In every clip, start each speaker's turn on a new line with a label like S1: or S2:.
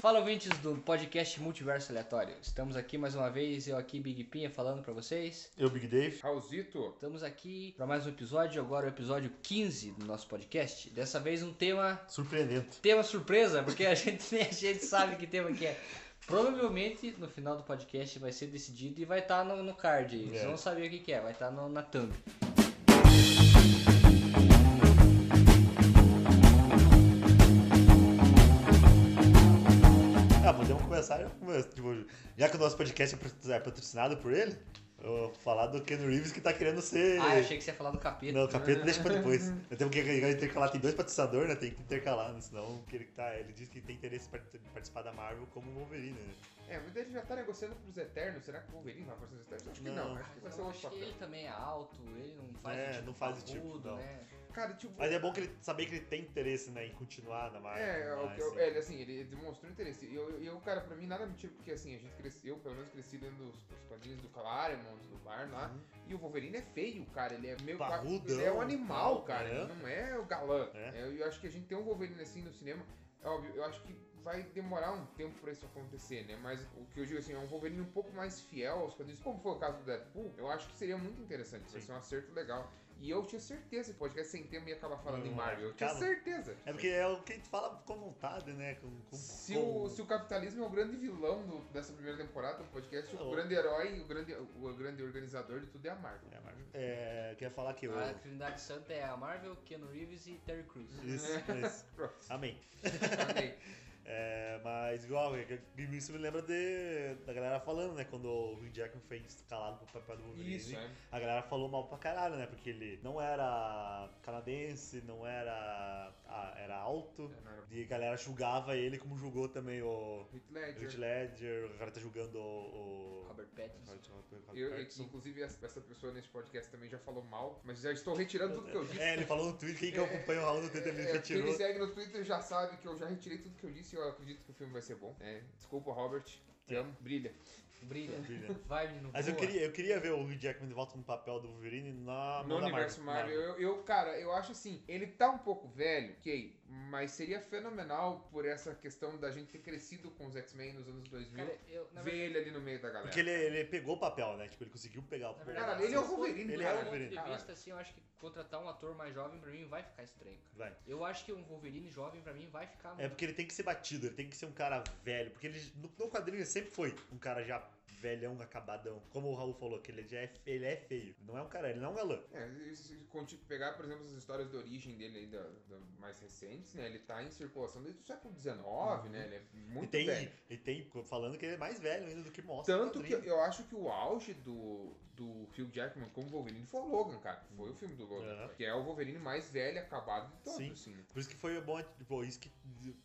S1: Fala ouvintes do podcast Multiverso Aleatório. Estamos aqui mais uma vez, eu aqui, Big Pinha, falando pra vocês.
S2: Eu, Big Dave.
S3: Raulzito,
S1: Estamos aqui pra mais um episódio, agora o episódio 15 do nosso podcast. Dessa vez um tema
S2: Surpreendente.
S1: tema surpresa, porque a gente, nem a gente sabe que tema que é. Provavelmente no final do podcast vai ser decidido e vai estar no, no card. aí. Vocês
S2: É.
S1: vão saber o que, que é, vai estar na thumb.
S2: Ah, podemos começar já, começa, tipo, já que o nosso podcast é pro- é patrocinado por ele, eu vou falar do Ken Reeves que tá querendo ser.
S1: Ah, eu achei que você ia falar do capeta. né?
S2: Não, o capeta deixa pra depois. Eu tenho que intercalar, tem dois patrocinadores, né? Tem que intercalar, né? senão que ele, tá, ele diz que tem interesse em part- participar da Marvel como Wolverine, né?
S3: é, mas ele já tá negociando pros Eternos. Será que o Wolverine vai aparecer nos Eternos? Acho que
S2: Não.
S3: não, acho que vai ser um
S1: Eu
S3: outro
S1: acho que um
S3: papel.
S1: ele também é alto, ele não faz
S2: É,
S1: o tipo
S2: não faz o tipo,
S1: parrudo,
S2: não.
S1: né?
S3: Cara, tipo.
S2: Mas é bom que ele saber que ele tem interesse né, em continuar na Marvel.
S3: É,
S2: né,
S3: o que eu-
S2: assim.
S3: é, ele, assim, ele demonstrou interesse. E eu, eu, cara, pra mim nada é mentira, porque assim, a gente cresceu, eu, pelo menos cresci lendo os, os quadrinhos do Claremont, do Barn lá.
S2: Uhum.
S3: E o Wolverine é feio, cara. Ele é meio.
S2: Parrudão,
S3: Ele é um animal, cara.
S2: é.
S3: Ele não é o galã.
S2: É.
S3: É, eu acho que a gente tem um Wolverine assim no cinema. É óbvio, eu acho que vai demorar um tempo pra isso acontecer, né? Mas o que eu digo assim, é um Wolverine um pouco mais fiel aos quadrinhos. Como foi o caso do Deadpool, eu acho que seria muito interessante. Vai
S2: Sim.
S3: ser um acerto legal. E eu tinha certeza que o podcast sem tema ia acabar falando
S2: Não,
S3: em Marvel. Eu tinha
S2: cara,
S3: certeza.
S2: É porque é o que a gente fala com vontade, né? Com, com,
S3: Se
S2: com-
S3: o, se o capitalismo é o grande vilão do- dessa primeira temporada do podcast,
S2: Não.
S3: o grande herói, o grande, o grande organizador de tudo é a Marvel.
S2: É, a Marvel. É, eu queria falar que o.
S3: Ah,
S1: A Trindade Santa é a Marvel, Keanu Reeves e Terry Crews.
S3: é.
S2: Isso, isso.
S3: Pronto.
S2: Amém.
S3: Amei.
S2: É, mas igual, é que isso me lembra de, da galera falando, né? Quando o Hugh Jackman foi escalado pro papel do Wolverine,
S3: Isso, é.
S2: a galera falou mal pra caralho, né? Porque ele não era canadense, não era. ah, era alto.
S3: Não era
S2: E a galera julgava ele como julgou também o
S3: Heath
S2: Heath
S3: Ledger.
S2: Ledger, a galera tá julgando o. o...
S1: Robert Pattinson.
S3: Eu, eu- inclusive, essa essa pessoa nesse podcast também já falou mal, mas já estou retirando tudo que eu disse.
S2: É, ele falou no Twitter, quem que acompanha o Raul no Twitter, ele
S3: um É, quem me
S2: retirou.
S3: segue no Twitter já sabe que eu já retirei tudo que eu disse e eu acredito que o filme vai ser bom. É, desculpa, Robert. Te
S2: É.
S3: amo. Brilha.
S1: Brilha.
S2: Brilha.
S1: Vai, menino.
S2: Mas eu
S1: voa.
S2: queria, eu queria ver o Hugh Jackman de volta no papel do Wolverine na
S3: No
S2: na
S3: universo Marvel, eu, eu, cara, eu acho assim, ele tá um pouco velho, ok, mas seria fenomenal por essa questão da gente ter crescido com os X-Men nos anos 2000,
S1: Cara, eu, na
S3: ver
S1: verdade,
S3: ele ali no meio da galera.
S2: Porque ele, ele pegou o papel, né? Tipo, ele conseguiu pegar o
S1: Na
S2: papel.
S1: verdade,
S3: Cara, ele é o
S1: se for-
S3: Wolverine,
S2: Ele
S1: do
S2: é o
S1: meu
S2: Wolverine,
S1: ponto de
S3: cara.
S1: vista, assim, eu acho que contratar um ator mais jovem pra mim vai ficar estranho, cara.
S2: Vai.
S1: Eu acho que um Wolverine jovem pra mim vai ficar
S2: É porque ele tem que ser batido, ele tem que ser um cara velho. Porque ele, no, no quadrinho ele sempre foi um cara já velhão, acabadão. Como o Raul falou, que ele já é, fe- ele é feio. Não é um cara, ele não é um galã.
S3: É, e se conti- pegar, por exemplo, as histórias de origem dele aí, da, da- mais recentes, né, ele tá em circulação desde o século XIX, né, ele é
S2: E
S3: muito
S2: tem,
S3: velho.
S2: e tem falando que ele é mais velho ainda do que mostra. no
S3: Tanto que
S2: quadrinho.
S3: eu acho que o auge do, do Hugh Jackman como Wolverine foi o Logan, cara. Foi o filme do Logan.
S2: Aham.
S3: Que é o Wolverine mais velho, acabado de todos,
S2: Sim.
S3: assim. né?
S2: Por isso que foi bom, tipo, isso que.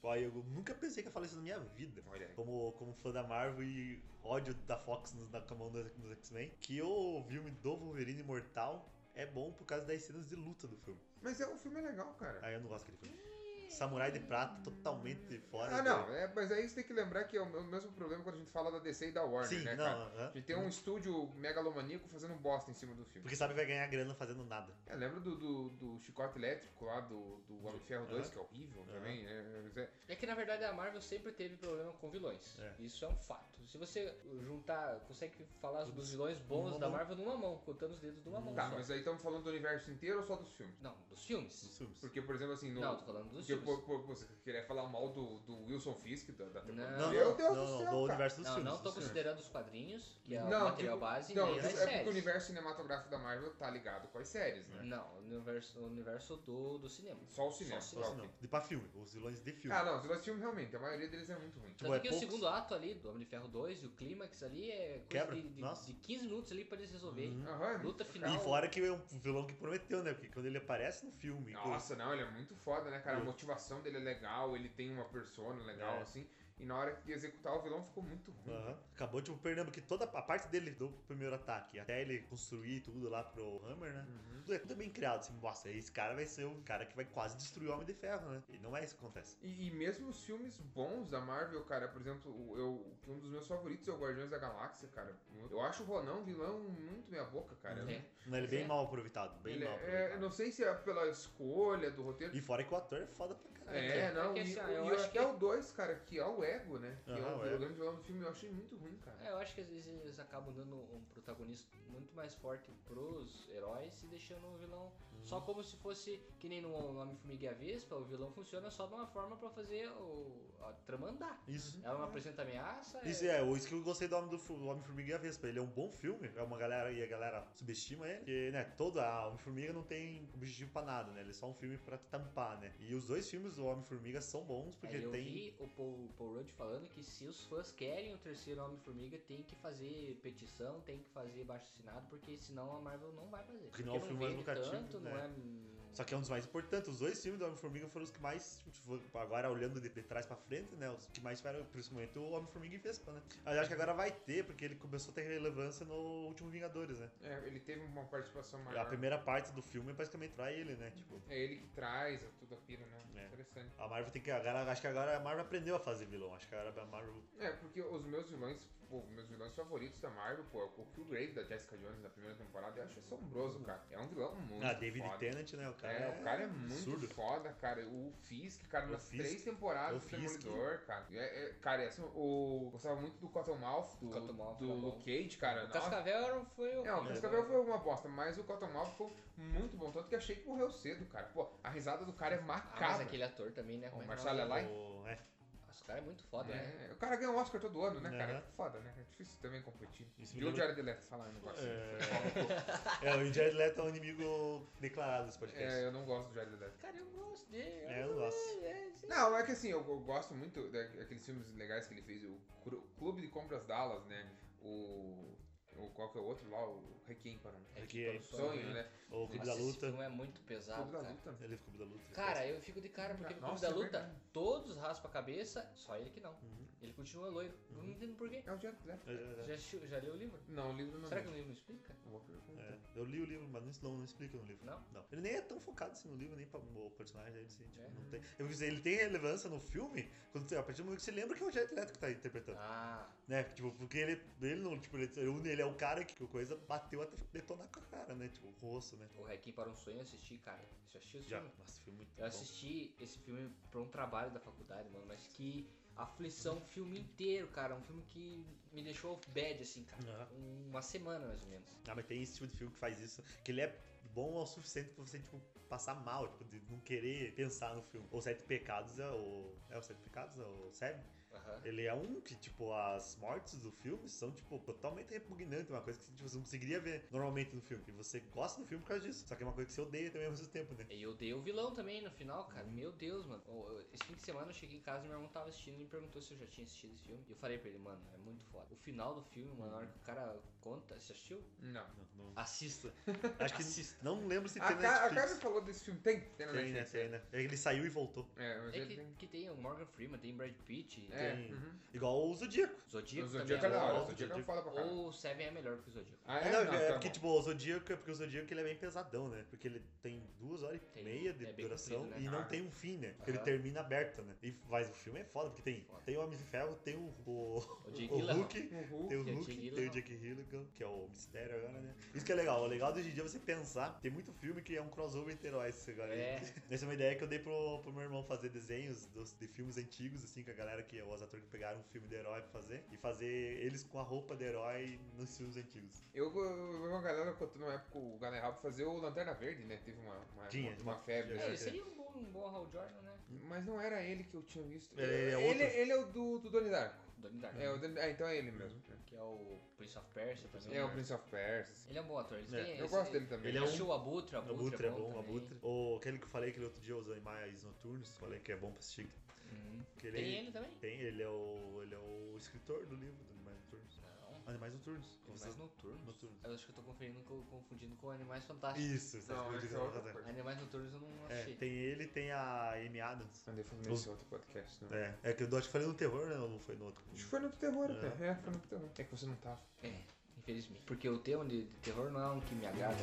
S2: ó, Eu nunca pensei que ia falar isso na minha vida.
S3: Olha aí.
S2: como, como fã da Marvel e ódio da Fox nos, na, com a mão dos, dos X-Men, que o filme do Wolverine Imortal é bom por causa das cenas de luta do filme.
S3: Mas é, o filme é legal, cara.
S2: Ah, eu não gosto daquele filme. Samurai de Prata totalmente fora.
S3: Ah,
S2: do-
S3: não, é, mas aí você tem que lembrar que é o o mesmo problema quando a gente fala da DC e da Warner,
S2: Sim,
S3: né, cara?
S2: não. é.
S3: A
S2: aham.
S3: gente tem um estúdio megalomaníaco fazendo bosta em cima do filme.
S2: Porque sabe que vai ganhar grana fazendo nada.
S3: É, lembra do, do, do chicote elétrico lá do, do Homem de Ferro 2,
S2: Aham.
S3: que é horrível
S2: Aham.
S3: também? né? Mas é-
S1: É que na verdade a Marvel sempre teve problema com vilões.
S2: É.
S1: Isso é um fato. Se você juntar, consegue falar dos vilões bons
S2: numa
S1: da
S2: mão.
S1: Marvel numa mão, contando os dedos de uma mão.
S3: Tá,
S1: só.
S3: mas aí estamos falando do universo inteiro ou só dos filmes?
S1: Não, dos filmes.
S2: Nos filmes.
S3: Porque, por exemplo, assim, no.
S1: Não, tô falando dos
S3: porque,
S1: filmes.
S3: pô, pô, você queria falar mal do, do Wilson Fisk da, da temporada?
S1: Não,
S3: Meu Deus
S2: não,
S3: do
S2: não,
S3: céu! cara.
S2: universo dos
S1: Não,
S2: filmes.
S1: não tô
S2: dos filmes.
S1: considerando os quadrinhos, que é o
S3: Não,
S1: material
S3: digo-
S1: base,
S3: Não,
S1: nem
S3: é
S1: as
S3: porque o
S1: séries.
S3: universo cinematográfico da Marvel tá ligado com as séries, né?
S1: Não, o universo, o universo do, do cinema.
S3: Só o cinema.
S1: Só
S2: Só
S3: tá,
S2: assim,
S3: ok.
S2: não. De pra filme, os vilões de filme.
S3: Ah, não, os dois filmes realmente, a maioria deles é muito ruim.
S2: Tipo,
S1: Tanto
S2: é
S1: que o
S2: poucos.
S1: segundo ato ali, do Homem de Ferro 2, e o clímax ali é coisa
S2: Quebra?
S1: de, de,
S2: Nossa.
S1: de 15 minutos ali pra eles resolverem.
S2: Uhum.
S3: Aham, é muito
S1: Luta
S2: E
S1: final.
S2: fora que é um vilão que prometeu, né? Porque quando ele aparece no filme.
S3: Nossa, não, ele é muito foda, né, cara? A
S2: Eu-
S3: motivação dele é legal, ele tem uma persona legal,
S2: É.
S3: assim. E na hora de executar o vilão ficou muito ruim.
S2: Aham. Acabou, tipo, perdendo, porque toda a parte dele do primeiro ataque, até ele construir tudo lá pro Hammer, né?
S3: Uhum.
S2: Tudo é tudo bem criado, assim, nossa, esse cara vai ser o cara que vai quase destruir o Homem de Ferro, né? E não é isso que acontece.
S3: E, e mesmo os filmes bons da Marvel, cara, por exemplo, o- eu, que um dos meus favoritos é o Guardiões da Galáxia, cara. Eu acho o Ronan vilão muito meia boca, cara. Eu-
S1: É.
S2: Não, ele é bem
S1: É.
S2: mal aproveitado, bem
S3: ele
S2: mal
S3: é, é, eu
S2: aproveitado.
S3: não sei se é pela escolha do roteiro.
S2: E fora que o ator é foda pra caralho.
S3: É,
S1: É
S3: não,
S1: que
S3: e,
S1: assim, ó,
S3: e
S1: eu acho
S3: até
S1: que-
S3: o 2, cara, que é o o Ego, né? Que é
S2: Aham,
S3: um
S2: o Ego.
S3: grande vilão do filme, eu achei muito ruim, cara.
S1: É, eu acho que às vezes eles acabam dando um protagonista muito mais forte pros heróis e deixando o vilão só como se fosse que nem no Homem Formiga e a Vespa, o vilão funciona só de uma forma pra fazer o a trama andar.
S2: Isso.
S1: Ela
S3: Uhum.
S1: não apresenta ameaça.
S2: Isso é, o- isso que eu gostei do Homem, do Fu- do Homem Formiga e a Vespa. Ele é um bom filme, é uma galera e a galera subestima ele. Porque, né, toda a Homem Formiga não tem objetivo pra nada, né? Ele é só um filme pra tampar, né? E os dois filmes do Homem Formiga são bons porque
S1: Aí É, eu
S2: tem
S1: vi o Paul, Paul Rudd falando que se os fãs querem o terceiro Homem-Formiga, tem que fazer petição, tem que fazer baixo assinado, porque senão a Marvel não vai fazer.
S2: Porque não é o filme mais
S1: vende
S2: lucrativo,
S1: tanto, não
S2: né?
S1: é...
S2: Só que é um dos mais importantes. Os dois filmes do Homem-Formiga foram os que mais, tipo, agora olhando de, de trás pra frente, né? Os que mais tiveram, principalmente o Homem-Formiga e Vespa, né? Mas eu acho que agora vai ter, porque ele começou a ter relevância no Último Vingadores, né?
S3: É, ele teve uma participação
S2: A
S3: maior.
S2: primeira parte do filme é basicamente pra ele, né? Tipo,
S3: É ele que traz a toda a pira, né?
S2: É.
S3: Interessante.
S2: a Marvel tem que. Agora, acho que agora a Marvel aprendeu a fazer vilão. Acho que agora a Marvel.
S3: É, porque os meus vilões, pô, meus vilões favoritos da Marvel, pô, é o Killgrave da Jessica Jones na primeira temporada, eu acho assombroso, cara. É um vilão muito
S2: Uhum. ah, David
S3: foda.
S2: Tennant, né? O cara.
S3: É, o cara é muito
S2: absurdo.
S3: foda, cara. O Fisk, cara,
S2: O
S3: nas
S2: Fisk.
S3: três temporadas
S2: O
S3: do
S2: Fisk.
S3: Demolidor, cara. É, é, cara, assim, o... gostava muito do Cottonmouth, do,
S1: Cottonmouth
S3: do
S1: era bom.
S3: Luke Cage, cara.
S1: O
S3: Nossa,
S1: Cascavel era- um- foi o...
S3: Não,
S2: É
S3: o Cascavel foi uma bosta, mas o Cottonmouth foi muito bom, tanto que achei que morreu cedo, cara. Pô, a risada do cara é
S1: Ah, mas
S3: macabra.
S1: aquele ator também, né?
S3: O
S1: Como é que
S3: Marcelo
S1: é o nome
S3: Elai?
S2: O- é,
S1: dele? Nossa, o cara é muito foda, né?
S3: É, o cara ganha o Oscar todo ano, né, cara?
S2: Aham.
S3: É foda, né? É difícil também competir.
S2: Isso me
S3: E o
S2: lembra-
S3: Jared Leto falar um negócio.
S2: é, o Jared Leto é um inimigo declarado desse podcast.
S3: É, eu não gosto do Jared Leto.
S1: Cara, eu gosto dele.
S2: É, eu gosto.
S1: É, sim.
S3: Não, é que assim, eu, eu gosto muito da- daqueles filmes legais que ele fez, o Cru- Clube de Compras Dallas, né? O. o qual que é o outro lá? O Requiem para um
S1: É
S2: Aqui é
S1: que
S3: Sonho, né?
S2: O Clube da
S1: Nossa, esse
S2: Luta.
S1: filme é muito pesado,
S3: Clube da
S1: cara.
S3: Luta.
S2: Ele é o Clube da Luta.
S1: Cara, eu fico de cara porque no Clube
S3: Nossa,
S1: da
S3: é
S1: Luta
S3: verdade.
S1: todos raspam a cabeça, só ele que não.
S2: Uhum.
S1: Ele continua loiro. Eu Não entendo por quê.
S3: É o Jared Leto.
S2: É, é,
S1: Já, assistiu- já leu o livro?
S3: Não, o livro não. é.
S1: Será que o livro não explica?
S3: Boa pergunta.
S2: É, eu li o livro, mas isso não, não explica no livro.
S1: Não?
S2: Ele nem é tão focado assim no livro, nem pra, o personagem dele, assim, tipo,
S1: É.
S2: não tem. Eu quis dizer, ele tem relevância no filme, quando, você- a partir do momento que você lembra que é o Jared Leto que tá interpretando.
S1: Ah,
S2: Né? Tipo, porque ele, ele não, tipo, ele, ele é o cara que o coisa bateu até detonar com a cara, né? Tipo, o rosto, né?
S1: o Requiem para um Sonho eu assisti, cara. Você assistiu esse
S2: Já.
S1: filme?
S2: Nossa, foi muito
S1: Eu
S2: bom.
S1: assisti esse filme pra um trabalho da faculdade, mano, mas que aflição, o filme inteiro, cara. Um filme que me deixou bad, assim, cara.
S2: Aham.
S1: Uma semana, mais ou menos.
S2: Ah, mas tem esse tipo de filme que faz isso, que ele é bom o suficiente pra você, tipo, passar mal, tipo, de não querer pensar no filme. Ou Sete Pecados é o. É o Sete Pecados? É o Seven?
S1: Aham.
S2: Ele é um que, tipo, as mortes do filme são, tipo, totalmente repugnantes. Uma coisa que tipo, você não conseguiria ver normalmente no filme. E você gosta do filme por causa disso. Só que é uma coisa que você odeia também ao mesmo tempo, né?
S1: E eu dei o vilão também no final, cara. Meu Deus, mano. Ô, eu- Esse fim de semana eu cheguei em casa e meu irmão tava assistindo e me perguntou se eu já tinha assistido esse filme. E eu falei pra ele, mano, é muito foda. O final do filme, mano, na hora que o cara conta, você assistiu?
S3: Não.
S2: Não, não-
S1: Assista.
S2: Acho que não lembro se tem
S3: A,
S2: na
S3: Ca- a
S2: Netflix.
S3: Carla falou desse filme. Tem? Tem na
S2: Tem, né?
S3: Netflix.
S2: Tem, né? É que Ele saiu e voltou.
S3: É, mas
S1: É
S3: ele
S1: que,
S3: tem.
S1: que tem o Morgan Freeman, tem Brad Pitt,
S3: É,
S2: Tem.
S3: uhum.
S2: Igual o Zodíaco.
S1: Zodíaco,
S3: o Zodíaco é
S1: também.
S3: da hora.
S2: bom,
S3: O Zodíaco é
S2: Zodíaco.
S3: foda pra caralho.
S1: Ou o Seven é melhor que o Zodíaco.
S3: Ah,
S2: É, não, é
S3: tá
S2: porque,
S3: bom.
S2: tipo, o Zodíaco é porque o Zodíaco ele é bem pesadão, né? Porque ele tem duas horas e
S1: Tem,
S2: meia de
S1: é bem
S2: duração
S1: comprido, né?
S2: e
S3: Ah.
S2: não tem um fim, né? Porque Ele
S1: Aham.
S2: termina aberto, né? E, mas o filme é foda, porque tem,
S1: Foda.
S2: tem o Homem de Ferro, tem o, o,
S1: O Jake
S2: o
S1: Gyllenhaal.
S2: Hulk,
S3: O Hulk.
S2: Tem o
S1: Tem o
S2: Luke,
S1: Jake
S2: tem o
S1: Gyllenhaal.
S2: Jake Gyllenhaal, que é o mistério agora, né? Isso que é legal. O legal de hoje em dia é você pensar. Tem muito filme que é um crossover entre heróis. Agora.
S1: É.
S2: Essa é uma ideia que eu dei pro, pro meu irmão fazer desenhos dos, de filmes antigos, assim, com a galera que, os atores que pegaram um filme de herói pra fazer. E fazer eles com a roupa de herói nos filmes antigos.
S3: Eu eu vi uma galera contando na época o Galen Rabo fazer o Lanterna Verde, né? Teve uma, uma,
S2: Tinha,
S3: uma, uma febre.
S1: É,
S3: né?
S1: ele seria um bom, um bom Hal Jordan, né?
S3: Mas não era ele que eu tinha visto.
S2: Ele é
S3: ele,
S2: outro.
S3: ele é o do, do Donnie Darko.
S1: Donnie Darko.
S3: É, o Donnie- é, então é ele mesmo.
S1: Que é o Prince of Persia também.
S3: É o Prince of Persia. assim.
S1: Ele é um bom ator. Ele
S2: É.
S1: tem
S3: Eu
S1: esse-
S3: gosto dele também.
S2: Ele é
S1: Eu
S2: um-
S1: achei o Abutre, o Abutre,
S2: Abutre
S1: é bom, também.
S2: Abutre. Ou aquele que eu falei aquele outro dia, os animais noturnos, falei que é bom pra assistir.
S1: Uhum.
S2: Que ele, é
S1: Tem ele também?
S2: Tem, ele é o. Ele é o escritor do livro dos animais noturnos.
S1: Não.
S2: Animais noturnos.
S1: Animais
S2: Vocês-
S1: noturnos?
S2: Noturnos.
S1: Eu acho que eu tô conferindo, com- confundindo com Animais Fantásticos.
S2: Isso, você
S3: Não, esse é outra coisa.
S1: Animais Noturnos eu não
S2: É,
S1: achei.
S2: tem ele tem a Amy Adams.
S3: Andei falando nesse outro podcast, né?
S2: É, é que eu acho que falei no terror, né? Ou não foi no outro?
S3: Acho que foi no do terror,
S2: É.
S3: até. É, foi no do terror. É que você não
S2: tá.
S3: tava.
S1: É, infelizmente. Porque o tema de, de terror não é um que me agrada.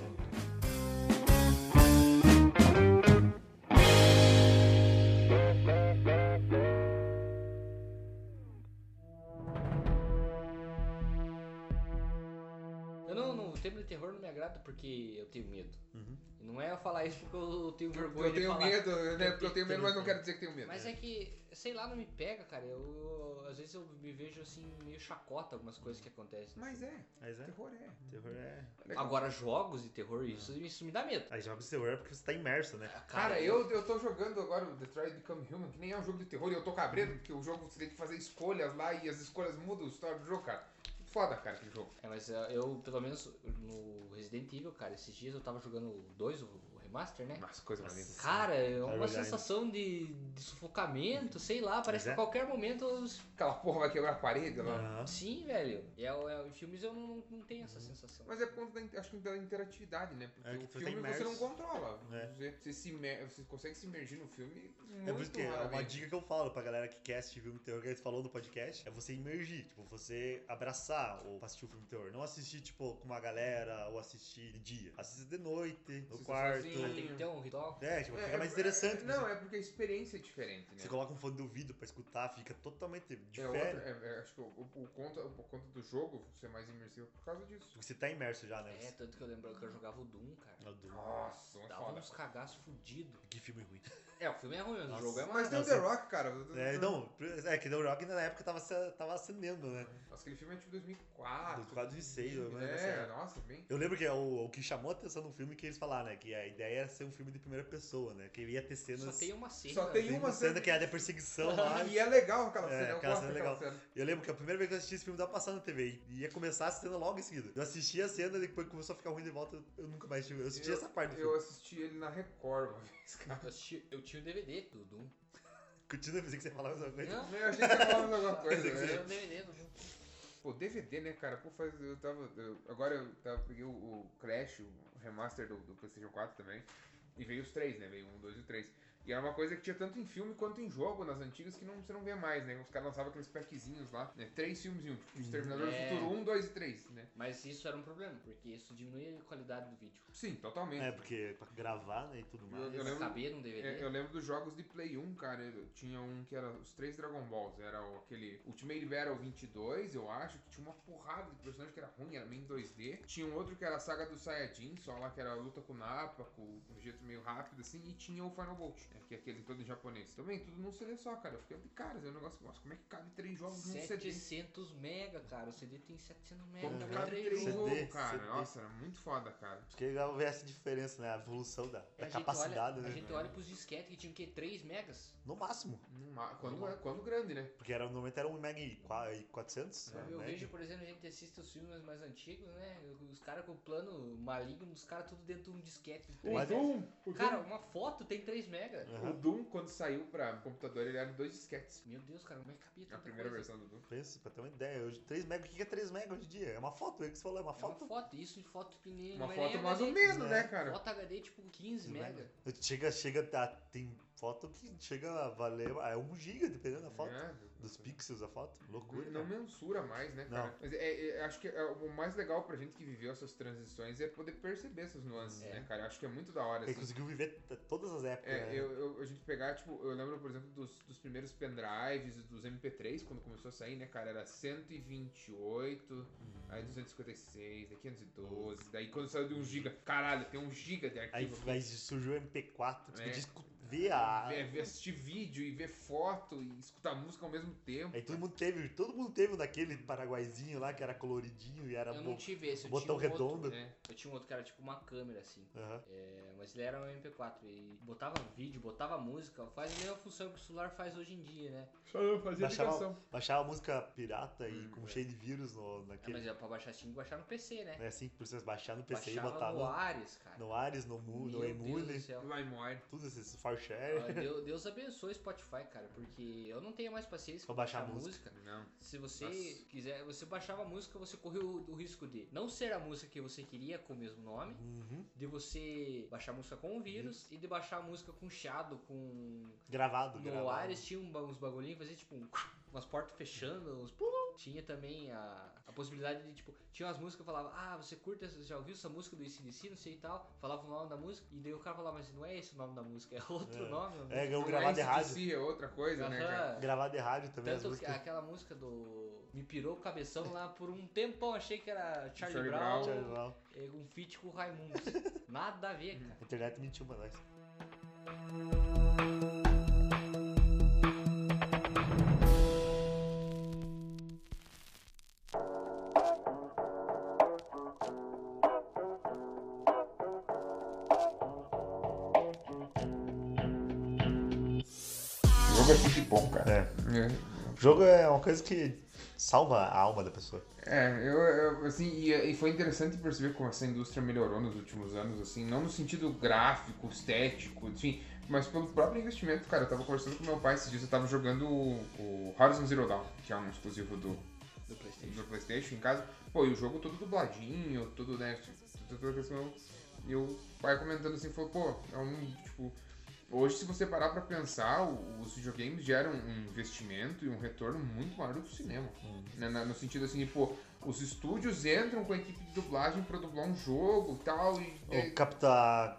S1: Eu não, não, o tema de terror não me agrada porque eu tenho medo.
S2: Uhum.
S1: E Não é eu falar isso porque eu tenho
S3: Porque
S1: vergonha
S3: eu
S1: de
S3: tenho
S1: falar.
S3: medo, né? Porque eu tenho
S2: Tem-
S3: medo, mas não quero dizer que tenho medo.
S1: Mas é que, sei lá, não me pega, cara. Eu, eu- às vezes eu me vejo assim, meio chacota algumas coisas que acontecem.
S3: Mas é,
S2: Mas é,
S3: terror é.
S2: terror é.
S3: Legal. É.
S1: Agora, jogos de terror, isso, isso me dá medo.
S2: Aí jogos de terror é porque você tá imerso, né?
S3: Cara, eu, eu tô jogando agora o Detroit Become Human, que nem é um jogo de terror, e eu tô cabreiro, porque o jogo você tem que fazer escolhas lá e as escolhas mudam o história do jogo, cara. Foda, cara, aquele jogo.
S1: É, mas eh, eu, pelo menos no Resident Evil, cara, esses dias eu tava jogando o 2, o o remaster, né?
S3: Nossa, coisa
S2: Nossa.
S3: maneira.
S1: Cara, é
S2: Vai
S1: uma
S2: olhar
S1: sensação de, de sufocamento, sei lá, parece que
S2: é.
S1: a qualquer momento. eu-
S3: Aquela porra vai quebrar a parede lá.
S2: Aham.
S1: Sim, velho. E é, é, em filmes eu não, não tenho essa sensação.
S3: Mas é por conta da, in- acho que da interatividade, né? Porque
S2: É que
S3: o
S2: tu tá
S3: filme você
S2: imerso.
S3: não controla.
S2: É.
S3: Você, você, se imer- você consegue se imergir no filme muito
S2: É por isso que é uma
S3: raramente.
S2: dica que eu falo pra galera que quer assistir filme de terror, que a gente falou no podcast, é você imergir, tipo, você abraçar ou assistir o filme de terror. Não assistir, tipo, com uma galera ou assistir de dia. Assista de noite, no
S3: Assista
S2: quarto.
S3: sozinho. né?
S1: Mas tem que ter um ritual.
S2: É, tipo,
S3: É,
S2: fica mais
S3: é-
S2: interessante.
S3: Não,
S2: você,
S3: é porque a experiência é diferente, né?
S2: você coloca um fone de ouvido pra escutar, fica totalmente
S3: É
S2: diferente.
S3: outra, é- é- acho que o, o, o conta, o conta do jogo ser mais imersivo por causa disso.
S2: Porque você tá imerso já, né?
S1: É, tanto que eu lembro que eu jogava o Doom, cara.
S2: Meu Deus,
S3: Nossa, é
S1: Dava
S2: um
S3: foda.
S1: uns cagaços fudido.
S2: Que filme ruim.
S1: É, o filme é ruim, mas o
S2: Nossa.
S1: jogo é
S3: Mas
S1: mais.
S3: tem o The Rock, cara.
S2: É, não, é que The Rock na época tava, se- tava acendendo, né?
S3: Nossa, aquele filme é tipo 2004.
S2: Do 2006, mas
S3: É,
S2: assim,
S3: nossa, bem.
S2: Eu lembro que é o, o que chamou a atenção no filme que eles falaram, né? Que a ideia era ser um filme de primeira pessoa, né? Que ia ter cenas.
S1: Só tem uma cena.
S3: Só tem
S2: tem
S3: uma cena-
S2: que é a da perseguição lá.
S3: E é legal aquela
S2: É,
S3: cena, eu
S2: aquela
S3: gosto
S2: cena é
S3: daquela cena.
S2: Eu lembro que a primeira vez que eu assisti esse filme tava passando na TV e ia começar a cena logo em seguida. Eu assisti a cena e depois começou a ficar ruim de volta, eu nunca mais tive. Eu assisti essa parte do
S3: Eu
S2: filme.
S3: assisti ele na Record uma vez, cara.
S1: Eu, assisti- eu tinha o DVD do Doom.
S2: Continua, pensei que você falava essa coisa.
S1: Não,
S3: Eu achei que era alguma
S1: eu
S3: é coisa,
S1: tinha
S2: é.
S3: né?
S1: o DVD do Doom.
S3: Pô, DVD, né, cara? Pô, faz. Eu tava. eu- agora eu tava, peguei o, o Crash, o remaster do, do PlayStation 4 também. E veio os três, né? Veio um, dois e o três. E era uma coisa que tinha tanto em filme quanto em jogo nas antigas que não, você não vê mais, né? Os caras lançavam aqueles packzinhos lá, né? Três filmes em um. Tipo, Exterminador
S2: Uhum.
S1: É.
S3: do Futuro 1, 2 e 3, né?
S1: Mas isso era um problema, porque isso diminuía a qualidade do vídeo.
S3: Sim, totalmente.
S2: É, porque pra gravar, né, e tudo mais.
S3: Então, Eu lembro-
S1: Saber num DVD.
S3: É, Eu lembro dos jogos de Play 1, cara. eu- Tinha um que era os três Dragon Balls. Era o- aquele Ultimate Battle 22, eu acho, que tinha uma porrada de personagem que era ruim, era meio em 2D. Tinha um outro que era a saga do Saiyajin, só lá que era a luta com o Nappa, com um jeito meio rápido assim. E tinha o Final Bolt, né, que é aquele todo em japonês. Também, tudo num CD só, cara. Eu fiquei de cara, é um negócio, nossa, como é que cabe três jogos num CD?
S1: 700 mega, cara. O CD tem 700 mega.
S3: Como
S1: Não,
S3: cabe
S1: né? três
S3: três
S1: jogos.
S2: CD,
S3: jogos, cara?
S2: CD.
S3: Nossa, era muito foda, cara.
S2: Acho que é legal ver essa diferença, né? A evolução da, da
S1: A gente
S2: capacidade,
S1: olha-
S2: né?
S1: A gente olha pros disquetes que tinham o quê? 3 megas?
S2: No máximo.
S3: Numa- Quando, quando grande, né?
S2: Porque era, no momento era um Mega e qua- e 400. né,
S3: É,
S1: Eu
S2: né?
S1: vejo, por exemplo, a gente assiste os filmes mais antigos, né? Os caras com o plano maligno, os caras tudo dentro de um disquete de
S3: O
S2: Mas- é
S1: 3
S3: Doom, um, o Doom
S1: Cara, uma foto tem 3 mega.
S2: Aham.
S3: O Doom, quando saiu pra computador, ele era em dois disquetes.
S1: Meu Deus, cara, como é que cabia
S3: A
S1: tanta
S3: primeira
S1: coisa?
S3: versão do Doom.
S2: Pensa, pra ter uma ideia. Hoje, 3 mega, o que que é 3 mega hoje em dia? É uma foto, é o que você falou, é uma
S1: É uma
S2: foto.
S1: foto, isso de foto que nem...
S3: Uma
S1: não é
S3: foto
S1: nem
S3: mais ou
S1: HD.
S3: menos, né,
S2: né?
S3: cara?
S1: Foto HD tipo 15 mega.
S2: Chega, chega, tá, tem foto que chega a valer. É 1 giga, dependendo da foto.
S3: É,
S2: Dos pixels da foto. Loucura.
S3: Não
S2: né?
S3: mensura mais, né, cara?
S2: Não.
S3: Mas é- é- acho que é, o mais legal pra gente que viveu essas transições é poder perceber essas nuances,
S1: É.
S3: né, cara? Eu acho que é muito da hora,
S2: Ele
S3: assim.
S2: conseguiu viver t- todas as épocas.
S3: É,
S2: né?
S3: eu, eu- a gente pegar, tipo, eu lembro, por exemplo, dos, dos primeiros pendrives, dos MP3, quando começou a sair, né, cara? Era 128,
S2: Uhum.
S3: aí 256, aí 512, daí quando saiu de 1 GB, caralho, tem 1 GB de
S2: Aí,
S3: arquivo. aqui.
S2: aí surgiu o MP4, tu
S3: É.
S2: podia escu- ver a.
S3: ver, ver- assistir vídeo e ver foto e escutar música ao mesmo tempo.
S2: Aí todo mundo teve, todo mundo teve um daquele paraguaizinho lá que era coloridinho e era
S1: eu
S2: bo-
S1: não tive esse, eu
S2: Tá botão
S1: tinha um outro.
S2: redondo.
S3: né?
S1: Eu tinha um outro que era tipo uma câmera, assim.
S2: Aham.
S1: É, mas ele era um MP4 e botava vídeo, botava música, faz a mesma função que o celular faz hoje em dia, né?
S3: Só eu fazia
S2: Baixava-
S3: ligação.
S2: Baixava música pirata e
S3: Hum,
S2: com
S3: é.
S2: cheio de vírus no,
S1: Ah, mas
S2: naquele.
S1: é pra baixar tinha que baixar no PC, né?
S2: né, assim, por vocês baixar no PC
S1: baixava
S2: e botar
S1: no
S2: no,
S1: Ares, cara.
S2: no Ares, no, Mu, no
S1: Meu Deus do
S2: Emule,
S1: céu.
S3: LimeWire.
S2: tudo esses Farshare.
S1: Ah, Deus, Deus abençoe o Spotify, cara, porque eu não tenho mais paciência
S2: Pra
S1: pra
S2: baixar
S1: baixar
S2: a
S1: música.
S3: Não.
S1: Se você
S3: Nossa.
S1: quiser, você baixava a música, você correu o, o risco de não ser a música que você queria com o mesmo nome,
S2: Uhum.
S1: de você baixar a música com o vírus e de baixar a música com chiado, com
S2: Gravado,
S1: No
S2: gravado.
S1: Ares tinha um ba- uns bagulhinhos, fazia tipo um, umas portas fechando, uns. Tinha também a, a possibilidade de, tipo, tinha umas músicas que falavam, ah, você curta, essa- já ouviu essa música do ICDC, não sei e tal. Falava o nome da música, e daí o cara falava, mas não é esse o nome da música, é outro
S2: É.
S1: nome. a
S2: É,
S1: música."
S2: eu
S3: Não
S2: gravar de
S3: é
S2: rádio.
S3: AC/DC, é outra coisa, né,
S1: Aham.
S3: cara?
S2: Gravar de rádio também as
S1: Tanto que
S2: músicas.
S1: aquela música do. Me pirou o cabeção lá por um tempão, achei que era Charlie,
S3: Charlie
S1: Brown,
S2: Charlie Brown.
S1: eh, um feat com o Raimundo. Nada a ver, cara.
S2: A internet mentiu pra nós.
S3: O jogo é muito bom, cara.
S2: É. O jogo é uma coisa que salva a alma da pessoa.
S3: É, eu, eu, assim, e, e foi interessante perceber como essa indústria melhorou nos últimos anos, assim, não no sentido gráfico, estético, enfim, mas pelo próprio investimento, cara. Eu tava conversando com meu pai esses dias, eu tava jogando o, o Horizon Zero Dawn, que é um exclusivo do,
S1: Do PlayStation.
S3: do Playstation em casa. Pô, e o jogo todo dubladinho, todo, né, toda a questão. E o pai comentando assim, falou, pô, é um, tipo... Hoje, se você parar pra pensar, o- os videogames geram um investimento e um retorno muito maior do que o cinema.
S2: Uhum.
S3: Né, na- no sentido assim, pô, os estúdios entram com a equipe de dublagem pra dublar um jogo e tal, e...
S2: O capta,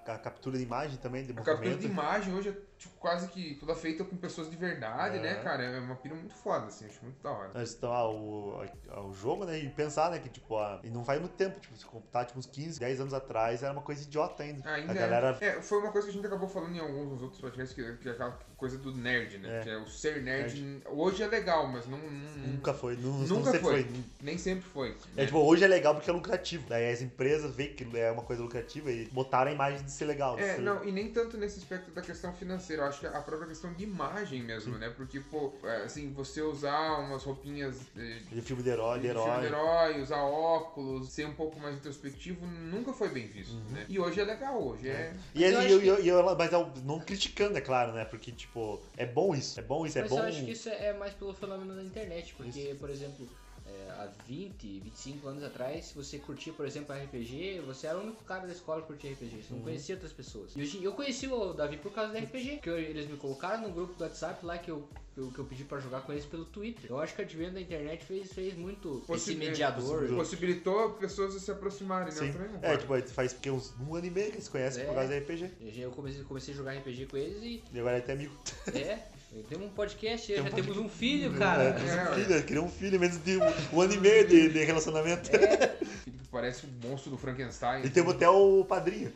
S2: a captura de imagem também, de
S3: A captura
S2: movimento.
S3: de imagem hoje é tipo, quase que toda feita com pessoas de verdade,
S2: É.
S3: né, cara? É uma pira muito foda, assim, acho muito da hora.
S2: Nós estamos ah, ao, ao jogo, né? E pensar, né? Que, tipo, a- e não vai muito tempo. Tipo, se contar, tipo, uns 15, 10 anos atrás, era uma coisa idiota ainda.
S3: Ainda
S2: a galera...
S3: é. É, foi uma coisa que a gente acabou falando em alguns dos outros podcasts, que, que é aquela coisa do nerd, né?
S2: É.
S3: Que é o ser nerd. Hoje é legal, mas não, não- não-
S2: Nunca foi, nu-
S3: Nunca
S2: não sempre
S3: foi.
S2: foi.
S3: nem sempre foi.
S2: É
S3: né?
S2: tipo, hoje é legal porque é lucrativo. Daí as empresas veem que é uma coisa lucrativa e botaram a imagem de ser legal. assim. de
S3: É,
S2: ser-
S3: não, e nem tanto nesse aspecto da questão financeira, eu acho que a própria questão de imagem mesmo, né? Porque, pô, é, assim, você usar umas roupinhas eh,
S2: De filme de herói, de
S3: de filme
S2: herói.
S3: de herói, usar óculos, ser um pouco mais introspectivo, nunca foi bem visto,
S2: Uhum.
S3: né? E hoje é legal, hoje é.
S2: E
S1: Mas
S2: ele-
S1: eu
S2: eu,
S1: acho
S2: eu- eu- ela- mas eu não criticando, é claro, né? Porque, tipo, é bom isso, é bom isso, é
S1: Mas
S2: bom.
S1: eu acho que isso é mais pelo fenômeno da internet, porque,
S2: Isso.
S1: por exemplo, é, há 20, 25 anos atrás, se você curtia, por exemplo, RPG, você era o único cara da escola que curtia RPG,
S2: Uhum.
S1: você não conhecia outras pessoas. E hoje eu conheci o Davi por causa do RPG, que eu- eles me colocaram no grupo do WhatsApp lá que eu, que eu, que eu pedi pra jogar com eles pelo Twitter. Eu acho que o advento da internet fez, fez muito esse
S3: Possibil-
S1: mediador.
S3: Possibilitou pessoas a se aproximarem, né?
S2: Sim.
S3: Eu também concordo.
S2: É, tipo, faz porque uns, um ano e meio que eles conhecem por
S1: É.
S2: causa da RPG.
S1: Eu comecei, comecei a jogar RPG com eles e,
S2: E agora é até amigo.
S1: é, temos um podcast,
S2: Tem um
S1: já temos um filho,
S2: É,
S1: cara.
S2: criou
S3: É,
S2: um
S3: olha.
S2: filho, ele criou um filho menos de um, um ano e meio de, de relacionamento.
S3: Filho que parece o monstro do Frankenstein. né?"
S2: E temos até o padrinho.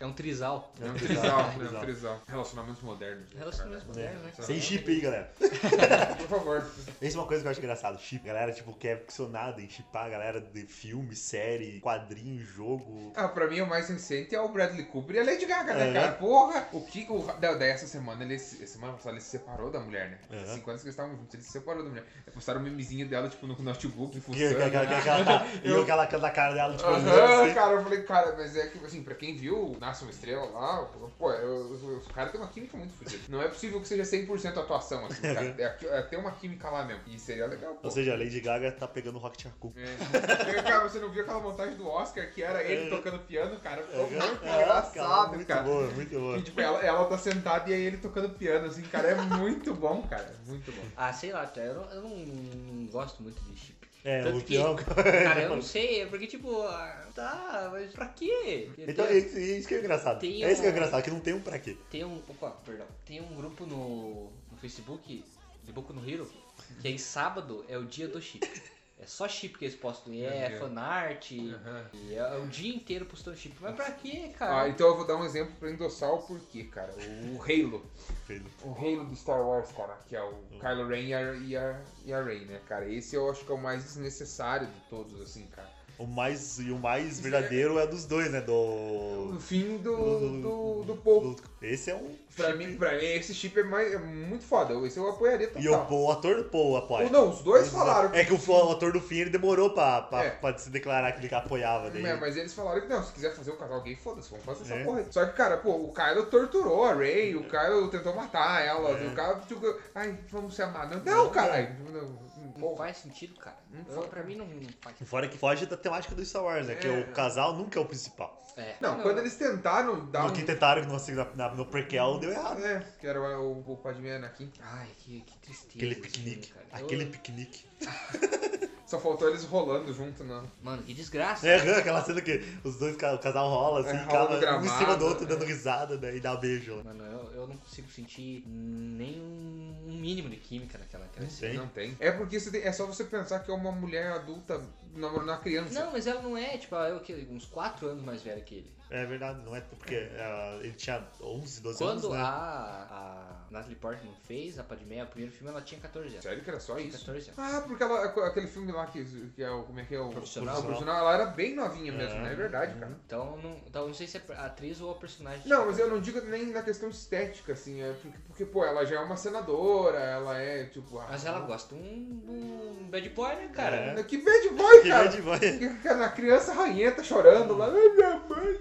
S1: É um trisal.
S3: É um
S2: Trisal,
S3: trisal, né?
S2: trisal.
S3: Um trisal. Relacionamentos modernos. né,
S1: Relacionamentos
S3: cara?
S1: modernos, né? cara?
S2: É. Sem chip aí, galera.
S3: Por favor.
S2: Isso é uma coisa que eu acho engraçado. Chip, galera, tipo, que é ficcionada em chipar a galera de filme, série, quadrinho, jogo.
S3: Ah, pra mim o mais recente é o Bradley Cooper e a Lady Gaga,
S2: É,
S3: né,
S2: né?
S3: cara? Porra! O que o. da- Daí essa semana ele. se- Semana passada ele se separou da mulher, né?
S2: É.
S3: Cinco anos que eles estavam juntos, ele se separou da mulher. Aí Postaram um memezinho dela, tipo, no notebook,
S2: Que, que,
S3: funcionando.
S2: que, que, aquela, tá- e
S3: Eu-
S2: aquela da cara dela, tipo, olhando
S3: Aham,
S2: assim.
S3: cara, eu falei, cara, mas é que, assim, pra quem viu Nasce uma Estrela lá, pô, eu- eu- os caras têm uma química muito fodida. Não é possível que seja 100% atuação, assim, cara. É, aqui- é, tem uma química lá mesmo. E seria legal, pô.
S2: Ou seja, a Lady Gaga tá pegando o Rocket Raccoon.
S3: É. Cara, você não viu aquela montagem do Oscar que era ele tocando piano, cara? Ficou muito
S2: É,
S3: engraçado,
S2: muito
S3: cara.
S2: boa, muito boa.
S3: E, tipo, ela, ela tá sentada e aí ele tocando piano, assim, cara, é muito bom, cara. é Muito bom.
S1: Ah, sei lá, cara, eu não, eu não- não gosto muito de chip.
S2: É,
S1: Tanto
S2: o
S1: que-
S2: pior.
S1: Cara, eu não sei, é porque tipo, ah, tá, mas pra quê?
S2: Então,
S1: tem,
S2: isso, isso que é engraçado.
S1: Tem
S2: é isso que é
S1: um-
S2: engraçado, que não tem um pra quê.
S1: tem um. Opa, perdão. Tem um grupo no, no Facebook de Boku no Hero, que aí sábado é o dia do chip. É só chip que eles postam. E é
S3: Meu Deus.
S1: fanart, e é, é o dia inteiro postando chip. Mas pra quê,
S3: Ah,
S1: cara?
S3: então eu vou dar um exemplo pra endossar o porquê, cara. O Halo.
S2: Filho.
S3: O Halo do Star Wars, cara, que é o
S2: Hum.
S3: Kylo Ren e a, e, a, e a Rey, né, cara? Esse eu acho que é o mais desnecessário de todos, assim, cara.
S2: O mais, e o mais verdadeiro é dos dois, né? Do.
S3: O fim do,
S2: Do-
S3: do, do povo.
S2: do- Esse é um.
S3: Pra
S2: chip-
S3: mim, pra mim, esse chip é, mais, é muito foda. Esse eu apoiaria total.
S2: E o, Paul- o ator do Paul apoia.
S3: Ou não, os dois falaram que
S2: É que o, o ator do fim ele demorou pra, pra,
S3: É.
S2: pra se declarar que ele apoiava. Daí.
S3: É, mas eles falaram que não, se quiser fazer o casal gay, foda-se, vamos fazer essa
S2: É.
S3: porra. aí. Só que, cara, pô, o Kylo torturou a Ray,
S2: É.
S3: o Kylo tentou matar ela, o Kylo, tipo, ai, vamos se amar. Não, não, caralho. Não, não,
S1: Não
S3: Porra.
S1: faz sentido, cara.
S3: Não
S1: Eu,
S3: fa-
S1: pra mim não, não faz
S2: E
S1: sentido.
S2: Fora que foge da temática do Star Wars, né? Que
S3: É.
S2: o casal nunca é o principal.
S1: É.
S3: Não, quando eles tentaram dar
S2: No
S3: um...
S2: que tentaram no, assim, na, no prequel, deu errado.
S3: É, que era o, o Padmé Anakin.
S1: Ai, que, que tristeza.
S2: Aquele
S1: esse
S2: piquenique.
S1: filme, cara.
S2: Aquele piquenique.
S3: Só faltou eles rolando junto, não.
S1: Eu- mano, que desgraça.
S2: É, aquela cena que os dois, ca- o casal rola, assim,
S3: É,
S2: e
S3: rola no
S2: acaba um em cima do
S3: gramado,
S2: outro,
S3: né?
S2: dando risada, né? E dá beijo lá.
S1: Mano, eu, eu não consigo sentir nem um mínimo de química naquela naquela cena.
S2: Tem?
S3: Não tem. É porque você tem- é só você pensar que é uma mulher adulta namorando uma criança.
S1: Não, mas ela não é, tipo, ela é o quê? Uns 4 anos mais velha que ele.
S2: É verdade, não é porque ah, ele tinha 11, 12
S1: Quando
S2: anos, né?
S1: a, a Natalie Portman fez a Padmé, o primeiro filme, ela tinha 14 anos.
S3: É Sério que era só
S1: Tinha
S3: isso?
S1: 14 anos.
S3: Ah, porque ela, aquele filme lá que, que é o. Como é que é o.
S1: Profissional.
S3: O profissional, ela era bem novinha mesmo,
S2: É.
S3: né? É verdade, cara.
S1: Então não, então não sei se é a atriz ou a personagem.
S3: Não, mas eu não digo nem na questão estética, assim, é porque, porque, pô, ela já é uma senadora, ela é, tipo... ah,
S1: Mas ela gosta de um, de um bad boy, né, cara?
S2: É.
S3: Que bad boy,
S2: Que
S3: cara!
S2: grande vai.
S3: Que- que- Na criança rainha tá chorando lá, "Ai, minha mãe...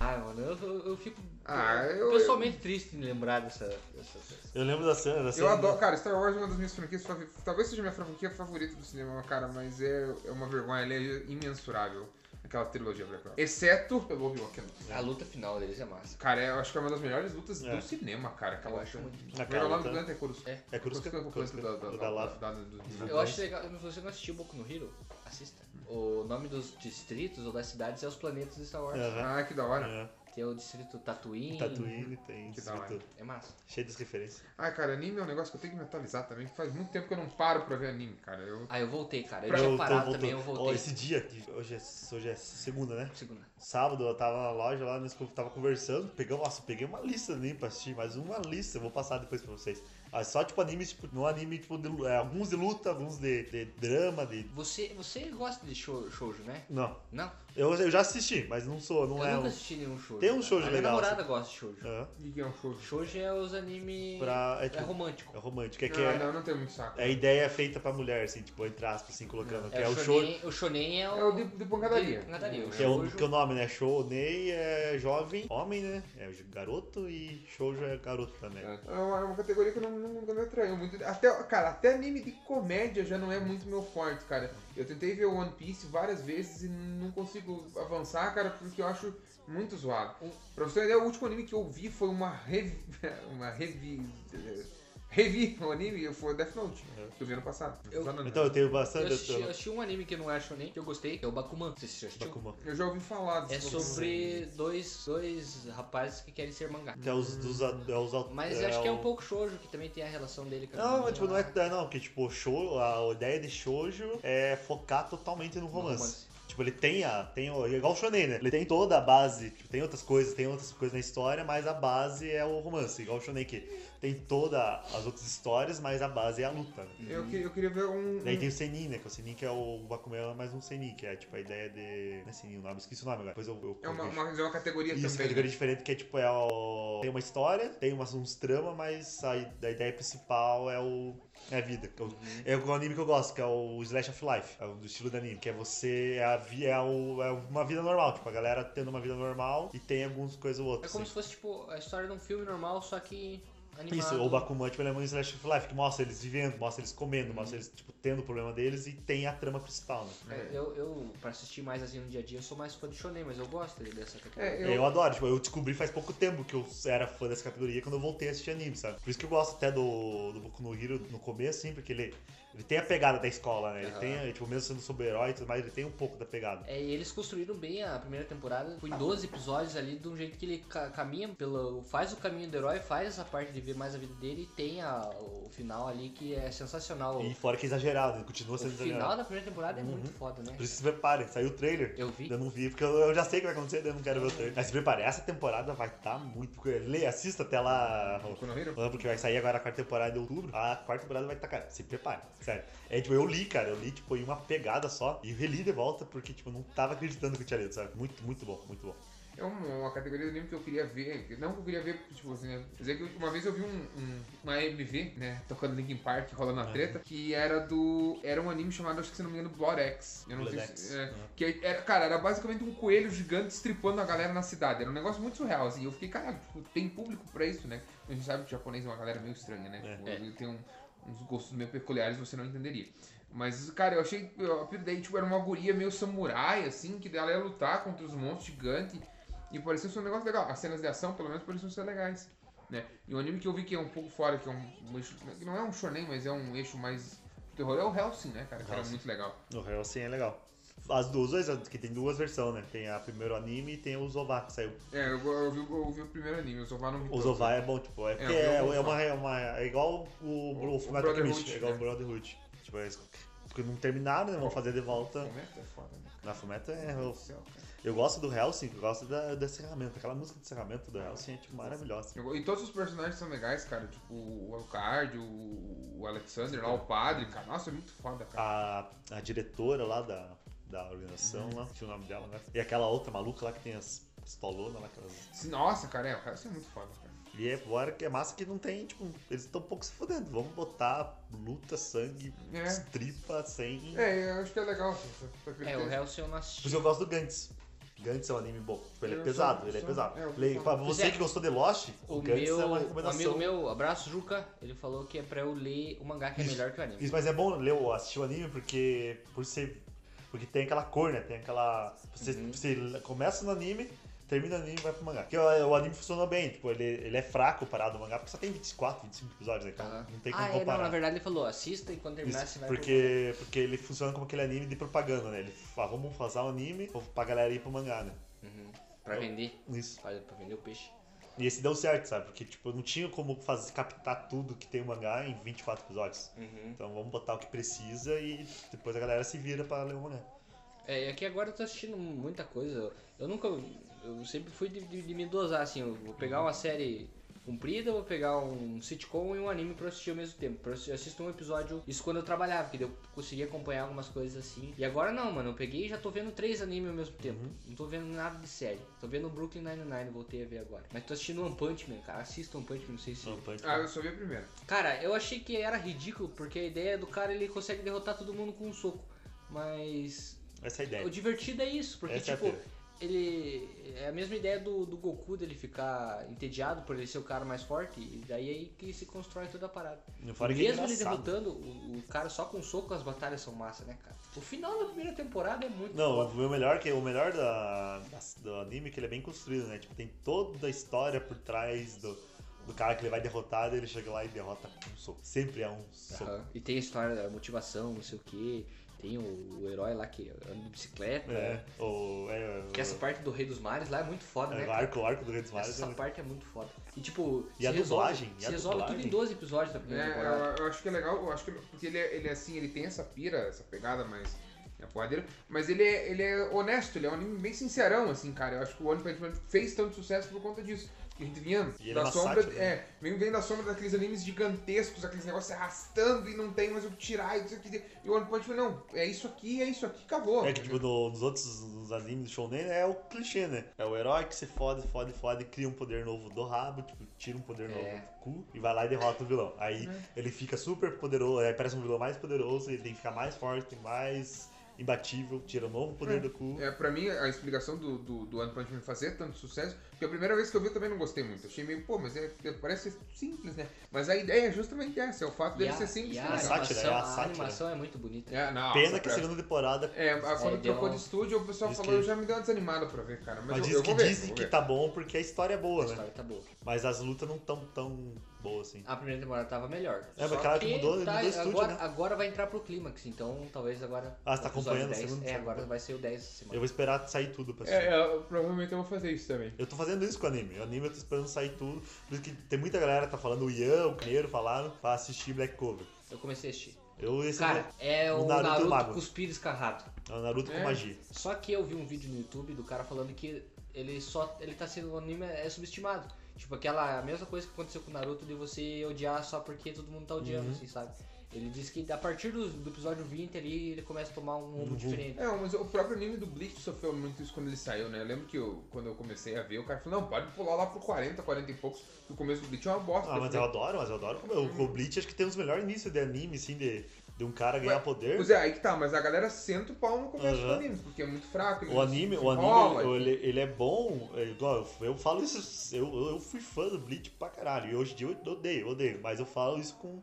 S1: Ah, mano, eu, eu- eu fico
S3: Ah, eu-
S1: pessoalmente triste em lembrar dessa. dessa- dessa-
S2: Eu lembro da cena, da
S3: Eu
S2: cena.
S3: adoro, cara, Star Wars é uma das minhas franquias favoritas, talvez seja minha franquia favorita do cinema, cara, mas é, é uma vergonha, ela é imensurável, aquela trilogia, pra cá. exceto pelo Obi-Wan Kenobi.
S1: A luta final deles é massa.
S3: é Cara, eu acho que é uma das melhores lutas
S2: É.
S3: do cinema, cara, aquela...
S1: Eu acho muito
S2: Na
S3: Meu nome
S2: cara,
S3: do
S2: tá?
S3: Dante é Coruscant.
S1: É.
S2: É Cruz
S3: Coruscant é o Coruscant da- da-
S2: da
S3: da-
S2: Lava.
S3: da- do-
S2: Uhum.
S1: Eu acho legal, se você não assistiu Boku no Hero, assista. O nome dos distritos ou das cidades é os planetas de Star Wars.
S2: Aham.
S3: Ah, que da hora.
S2: É.
S1: Tem o distrito Tatooine.
S2: Tatooine tem
S3: Que
S2: isso
S3: da hora.
S2: tudo.
S1: É massa.
S2: Cheio das referências.
S3: Ah, cara, anime é um negócio que eu tenho que me atualizar também. que Faz muito tempo que eu não paro pra ver anime, cara. Eu...
S1: Ah, eu voltei, cara. Eu
S2: Eu
S1: tinha
S2: tô
S1: parado
S2: voltando.
S1: também, eu
S2: Ó,
S1: voltei.
S2: esse dia, que hoje é, hoje é segunda, né?
S1: Segunda.
S2: Sábado eu tava na loja lá, nós tava conversando, pegamos, nossa, eu peguei uma lista nem pra assistir, mas uma lista, eu vou passar depois pra vocês. Ah, Só tipo animes, tipo, não anime, tipo, de lu- é, alguns de luta, alguns de, de drama, de.
S1: Você, você gosta de shou- shoujo, né?
S2: Não.
S1: Não?
S2: Eu, eu já assisti, mas não sou, não
S1: eu
S2: é.
S1: nunca
S2: um-
S1: assisti nenhum shoujo.
S2: Tem um
S1: cara.
S2: shoujo
S1: a
S2: legal,
S1: Minha namorada gosta de shoujo.
S2: Aham.
S3: O que é um shoujo?
S1: Shoujo é os animes...
S2: Pra- é,
S1: É
S2: tipo,
S1: romântico.
S2: é romântico, é que
S3: Ah,
S2: é,
S3: não, não tem muito saco.
S2: é a ideia feita pra mulher, assim, tipo, entre aspas, assim, colocando. que é o show.
S1: shonen, o shonen é o...
S3: É o de, de pancadaria.
S1: De pancadaria,
S2: Que é, o,
S1: Shoujo.
S2: que é o nome, né? Shounei é jovem, homem, né? É garoto e shoujo é garoto também.
S3: É uma, é uma categoria que eu não- nunca me atraiu muito. Até, cara, até anime de comédia já não é muito meu forte, cara. Eu tentei ver One Piece várias vezes e não consigo avançar, cara, porque eu acho muito zoado.
S1: Um-
S3: Pra você ter ideia, o último anime que eu vi foi uma revi... uma revi... eh, Revi o anime, foi Death Note,
S2: É.
S3: que eu vi ano passado.
S1: Eu-
S3: Só no-
S2: Então eu tenho
S1: Eu
S2: bastante.
S1: assisti, eu
S2: eu-
S1: assisti um anime que não é shonen, que eu gostei, que é o Bakuman. Você assistiu?
S2: Bakuman.
S3: Eu já ouvi falar
S1: É
S3: desse filme.
S1: sobre dois, dois rapazes que querem ser mangá.
S2: Que é os dos. É os, aut-
S1: Mas eu acho que é um
S2: o-
S1: pouco shoujo, que também tem a relação dele com a
S2: Não, mas,
S1: menina
S2: tipo, não é,
S1: lá.
S2: é não, porque tipo, show, a ideia de shoujo é focar totalmente no romance. Tipo, ele tem a. Tem o, é igual o Shonen, né? Ele tem toda a base, tipo, tem outras coisas, tem outras coisas na história, mas a base é o romance, igual o Shonen que tem todas as outras histórias, mas a base é a luta, né?
S3: Eu, que- eu queria ver um...
S2: Daí tem o Senin, né? Que é o Senin que é o Bakuman é mais um Senin, que é tipo a ideia de. Não é Senin o nome, esqueci o nome agora. Depois eu. eu
S3: É uma,
S2: corrijo.
S3: uma, é uma categoria
S2: Isso,
S3: também.
S1: né?
S2: categoria diferente, que é tipo, é o... tem uma história, tem umas, uns tramas, mas a, i- a ideia principal é o é a vida. que é
S1: Uhum.
S2: o- É o anime que eu gosto, que é o Slash of Life, é o do estilo do anime, que é você, é, a, vi- é, o- é uma vida normal, tipo, a galera tendo uma vida normal e tem algumas coisas ou
S1: É
S2: outras.
S1: como
S2: assim.
S1: se fosse, tipo, a história de um filme normal, só que animado.
S2: Isso, o Bakuman, tipo, ele é um Slash of Life, que mostra eles vivendo, mostra eles comendo,
S1: Uhum.
S2: mostra eles, tipo, tendo o problema deles e tem a trama principal, né?
S1: É, Eu, eu, pra assistir mais assim no dia a dia, eu sou mais fã de shonen, mas eu gosto dessa categoria.
S3: É,
S2: Eu...
S3: eu,
S2: adoro, tipo, eu descobri faz pouco tempo que eu era fã dessa categoria quando eu voltei a assistir anime, sabe? Por isso que eu gosto até do, do Boku no Hero no começo, assim, porque ele, ele tem a pegada da escola, né? Ele
S1: Aham.
S2: tem, tipo, mesmo sendo super-herói e tudo mais, ele tem um pouco da pegada.
S1: É, e eles construíram bem a primeira temporada, foi em 12 episódios ali, de um jeito que ele ca- caminha pelo. faz o caminho do herói, faz essa parte de ver mais a vida dele e tem a- o final ali que é sensacional.
S2: E fora que é exagerado, ele continua
S1: o
S2: sendo
S1: final
S2: exagerado.
S1: da primeira temporada é
S2: Uhum.
S1: muito foda, né?
S2: Por isso se preparem, saiu o trailer.
S1: Eu vi.
S2: Eu não vi, porque eu, eu já sei o que vai acontecer, daí eu não quero ver o trailer. Mas se preparem, essa temporada vai estar muito. Lê, assista até lá, Raul.
S3: Boku no Hero?
S2: Ah, Porque vai sair agora a quarta temporada em outubro. A quarta temporada vai estar, cara, se prepare, sério. É, tipo, eu li, cara, eu li, tipo, em uma pegada só e reli de volta porque, tipo, eu não tava acreditando que eu tinha lido, sabe? Muito, muito bom, muito bom.
S3: é uma, uma categoria de anime que eu queria ver. que- Não que eu queria ver, porque, tipo assim, né? Dizer que uma vez eu vi um, um- uma AMV, né? Tocando Linkin Park, rolando a treta, que era do. Era um anime chamado, acho que se não me engano, Blood X. Eu não sei
S2: Ledex.
S3: se. é, que era, cara, era basicamente um coelho gigante estripando a galera na cidade. Era um negócio muito surreal, assim. Eu fiquei, caralho, tipo, tem público pra isso, né? A gente sabe que o japonês é uma galera meio estranha, né?
S2: É.
S3: Tipo, ele tem um. uns gostos meio peculiares, você não entenderia. Mas, cara, eu achei que o apelido daí tipo, era uma guria meio samurai, assim, que dela ia lutar contra os monstros gigantes. E parecia ser um negócio legal. As cenas de ação, pelo menos, pareciam ser legais. Né? E um anime que eu vi que é um pouco fora, que é um, um eixo. que Não é um shonen, mas é um eixo mais. Terror é o Hellsing, né, cara? Que era
S2: Hellsing.
S3: muito legal.
S2: O Hell sim é legal. As duas, dois, que tem duas versões, né? Tem a primeiro anime e tem o Zová que saiu.
S3: É, eu, eu, vi, o- eu vi o primeiro anime, o Sová não vi
S2: O
S3: todo.
S2: Zová é bom, tipo, é porque
S3: eu
S2: é,
S3: vi o
S2: é uma,
S3: Zová.
S2: é uma. É igual o,
S3: O-
S2: o,
S3: o
S2: Fullmetal Alchemist,
S3: Brotherhood,
S2: é igual
S3: né?
S2: o Brotherhood. Tipo, eles porque não terminaram, né? Vão fazer de volta.
S3: Como é que é foda, né?
S2: Na Fumeta é.
S3: Meu
S2: Eu,
S3: Deus do céu, cara.
S2: eu gosto do Hellsing, eu gosto da, da encerramento. Aquela música de encerramento do Hellsing é tipo, maravilhosa.
S3: Eu go- E todos os personagens são legais, cara. Tipo, o Alucard, o, o Alexander lá, o padre, cara. Nossa, é muito foda, cara.
S2: A, a diretora lá da, da organização,
S3: Uhum.
S2: lá, tinha o nome dela, né? E aquela outra maluca lá que tem as pistolonas lá, aquelas
S3: Se- Nossa, cara, é, o cara isso é muito foda, cara.
S2: E é, bora, que é massa que não tem, tipo, eles estão um pouco se fudendo. Vamos botar luta, sangue,
S3: É.
S2: estripa, sem.
S3: É, eu acho que é legal. assim, essa- essa
S1: É, o
S3: crítica.
S1: Hellsing eu não
S2: Por
S1: assisti.
S2: isso eu gosto do Gantz. Gantz é um anime bom. Tipo, ele é
S3: Eu
S2: pesado,
S3: sou-
S2: ele é
S3: sou-
S2: pesado.
S3: é, eu
S2: Lei-
S3: sou-
S2: pra você
S1: Zé,
S2: que gostou de Lost, o,
S1: O
S2: Gantz
S1: meu,
S2: é uma
S1: um amigo
S2: recomendação.
S1: meu, abraço Juca, ele falou que é pra eu ler o mangá que é melhor que o anime.
S2: Isso, mas é bom ler ou assistir o anime porque. Por ser. Porque tem aquela cor, né? Tem aquela. Você,
S1: Uhum.
S2: você começa no anime, termina no anime e vai pro mangá. Porque o, o anime funcionou bem, tipo, ele, ele é fraco parado o mangá, porque só tem 24, 25 episódios, né? Então
S1: Aham.
S2: não tem como
S1: Ah, é, não,
S2: comparar.
S1: na verdade né, ele falou, assista e quando terminar
S2: Isso,
S1: você vai procurar.
S2: porque, porque ele funciona como aquele anime de propaganda, né? Ele fala, vamos fazer um anime pra galera ir pro mangá, né?
S1: Uhum, pra vender,
S2: Isso.
S1: pra pra vender o peixe.
S2: E esse deu certo, sabe? Porque, tipo, não tinha como fazer, captar tudo que tem o mangá em 24 episódios.
S1: Uhum.
S2: Então vamos botar o que precisa e depois a galera se vira pra ler o mangá.
S1: É, e aqui agora eu tô assistindo muita coisa. Eu, eu nunca. Eu sempre fui de, de- de me dosar, assim. Eu vou pegar uma série comprida, vou pegar um sitcom e um anime pra eu assistir ao mesmo tempo. Pra eu assi- eu assisto um episódio, isso quando eu trabalhava, que daí eu conseguia acompanhar algumas coisas assim. E agora não, mano. Eu peguei e já tô vendo três animes ao mesmo tempo. Não tô vendo nada de série. Tô vendo Brooklyn Nine-Nine, voltei a ver agora. Mas tô assistindo One Punch Man, cara. Assista One Punch Man, não sei se.
S2: Então, pode-
S3: Ah, eu só vi a primeira.
S1: Cara, eu achei que era ridículo, porque a ideia do cara ele consegue derrotar todo mundo com um soco. Mas
S2: Essa é a
S1: o
S2: ideia.
S1: divertido é isso, porque
S2: Essa é a
S1: tipo,
S2: pira.
S1: ele. É a mesma ideia do, do Goku dele ficar entediado por ele ser o cara mais forte, e daí é aí que se constrói toda a parada.
S2: Não fora
S1: E
S2: que é
S1: mesmo ele
S2: engraçado.
S1: derrotando o, o cara só com um soco, as batalhas são massa, né, cara? O final da primeira temporada é muito
S2: Não,
S1: foda.
S2: o melhor, que, é o melhor da, da- do anime é que ele é bem construído, né? Tipo, tem toda a história por trás do, do cara que ele vai derrotar, daí ele chega lá e derrota com um soco. Sempre é um soco.
S1: Aham. E tem a história da motivação, não sei o que. Tem o, o herói lá que anda de bicicleta.
S2: É, ou, é,
S1: Que essa parte do Rei dos Mares lá é muito foda,
S2: é,
S1: né?
S2: o
S1: cara?
S2: arco, o arco do Redes Mares.
S1: Essa
S2: né?
S1: parte é muito foda. E tipo,
S2: E a
S1: se resolve-
S2: dublagem? E
S1: Se
S2: a
S1: resolve tudo em
S2: dublagem?
S1: 12 episódios da primeira
S3: É,
S1: temporada.
S3: eu, eu acho que é legal, eu acho que porque ele, é- ele é assim, ele tem essa pira, essa pegada mais é porradeira, mas ele é, ele é honesto, ele é um anime bem sincerão, assim, cara. Eu acho que o One Punch Man fez tanto sucesso por conta disso. A gente vinha
S2: E ele
S3: da
S2: é uma
S3: sombra.
S2: sátira, né?
S3: É, vem, vem da sombra daqueles animes gigantescos, aqueles negócios se arrastando e não tem mais o que tirar e não sei o que. E o One Punch Man, não, é isso aqui, é isso aqui, acabou.
S2: É que, tipo, no- nos outros nos animes do Shonen é o clichê, né? É o herói que se fode, fode, fode, cria um poder novo do rabo, tipo, tira um poder novo
S1: É.
S2: do cu e vai lá e derrota o vilão. Aí ele fica super poderoso, aí parece um vilão mais poderoso, ele tem que ficar mais forte, mais imbatível, tira um novo poder
S3: É.
S2: do cu.
S3: É, pra mim, a explicação do, do, do One Punch Man fazer tanto sucesso, porque a primeira vez que eu vi eu também não gostei muito. Achei meio, pô, mas é, parece simples, né? Mas a ideia é justamente essa, é o fato
S1: E
S3: dele
S1: a,
S3: ser simples.
S1: e a
S3: que é legal.
S2: sátira,
S1: animação,
S2: é a
S1: a
S2: sátira.
S1: animação é muito bonita.
S3: É, não,
S2: Pena
S3: essa
S2: que a
S3: pra-
S2: segunda temporada.
S3: É, a- quando
S1: É, deu
S3: trocou
S1: um-
S3: de estúdio, o pessoal
S2: diz
S3: falou,
S2: que-
S3: já me deu uma desanimada pra ver, cara.
S2: Mas
S3: Mas, eu,
S2: diz
S3: eu
S2: que
S3: vou ver.
S2: dizem
S3: vou
S2: que
S3: ver.
S2: tá bom porque a história é
S1: A
S2: boa, né?
S1: história tá boa.
S2: Mas as lutas não tão tão boas assim.
S1: A primeira temporada tava melhor.
S2: É, mas
S1: Só
S2: claro que mudou-
S1: tá,
S2: mudou o estúdio,
S1: agora,
S2: né?
S1: agora vai entrar pro clímax, então talvez agora.
S2: Ah, você
S1: o episódio
S2: tá acompanhando a
S1: 10
S2: segunda
S1: É,
S2: temporada.
S1: agora vai ser o 10 essa
S2: Eu
S1: semana.
S2: vou esperar sair tudo pra assistir.
S4: É, eu- provavelmente eu vou fazer isso também.
S2: Eu tô fazendo isso com o anime. O anime eu tô esperando sair tudo. Por isso que tem muita galera que tá falando, o Ian, o Pinheiro falaram pra assistir Black Cover.
S1: Eu comecei a assistir.
S2: Eu esse
S1: Cara, é o
S2: o Naruto
S1: Naruto,
S2: Mago.
S1: cuspido escarrado.
S2: é o Naruto
S3: É.
S2: com magia.
S1: Só que eu vi um vídeo no YouTube do cara falando que ele só. ele tá sendo o anime é subestimado. Tipo, aquela a mesma coisa que aconteceu com o Naruto de você odiar só porque todo mundo tá odiando,
S2: Uhum.
S1: assim, sabe? Ele disse que a partir do, do episódio 20 ali ele começa a tomar um
S2: Uhum.
S1: rumo diferente.
S3: É, mas o próprio anime do Bleach sofreu muito isso quando ele saiu, né? Eu lembro que eu, quando eu comecei a ver, o cara falou, não, pode pular lá pro 40, 40 e poucos, que o começo do Bleach é uma bosta.
S2: Ah, mas eu
S3: falei,
S2: adoro, mas eu adoro. O, o Bleach acho que tem os melhores inícios de anime, assim, de, de um cara ganhar poder.
S3: Pois é, aí que tá, mas a galera senta o pau no começo do
S2: Aham.
S3: anime, porque é muito fraco. ele
S2: O anime,
S3: se
S2: o
S3: enrola,
S2: anime ele, ele é bom, é igual eu, eu falo isso, eu, eu fui fã do Bleach pra caralho, e hoje em dia eu odeio, odeio, mas eu falo isso com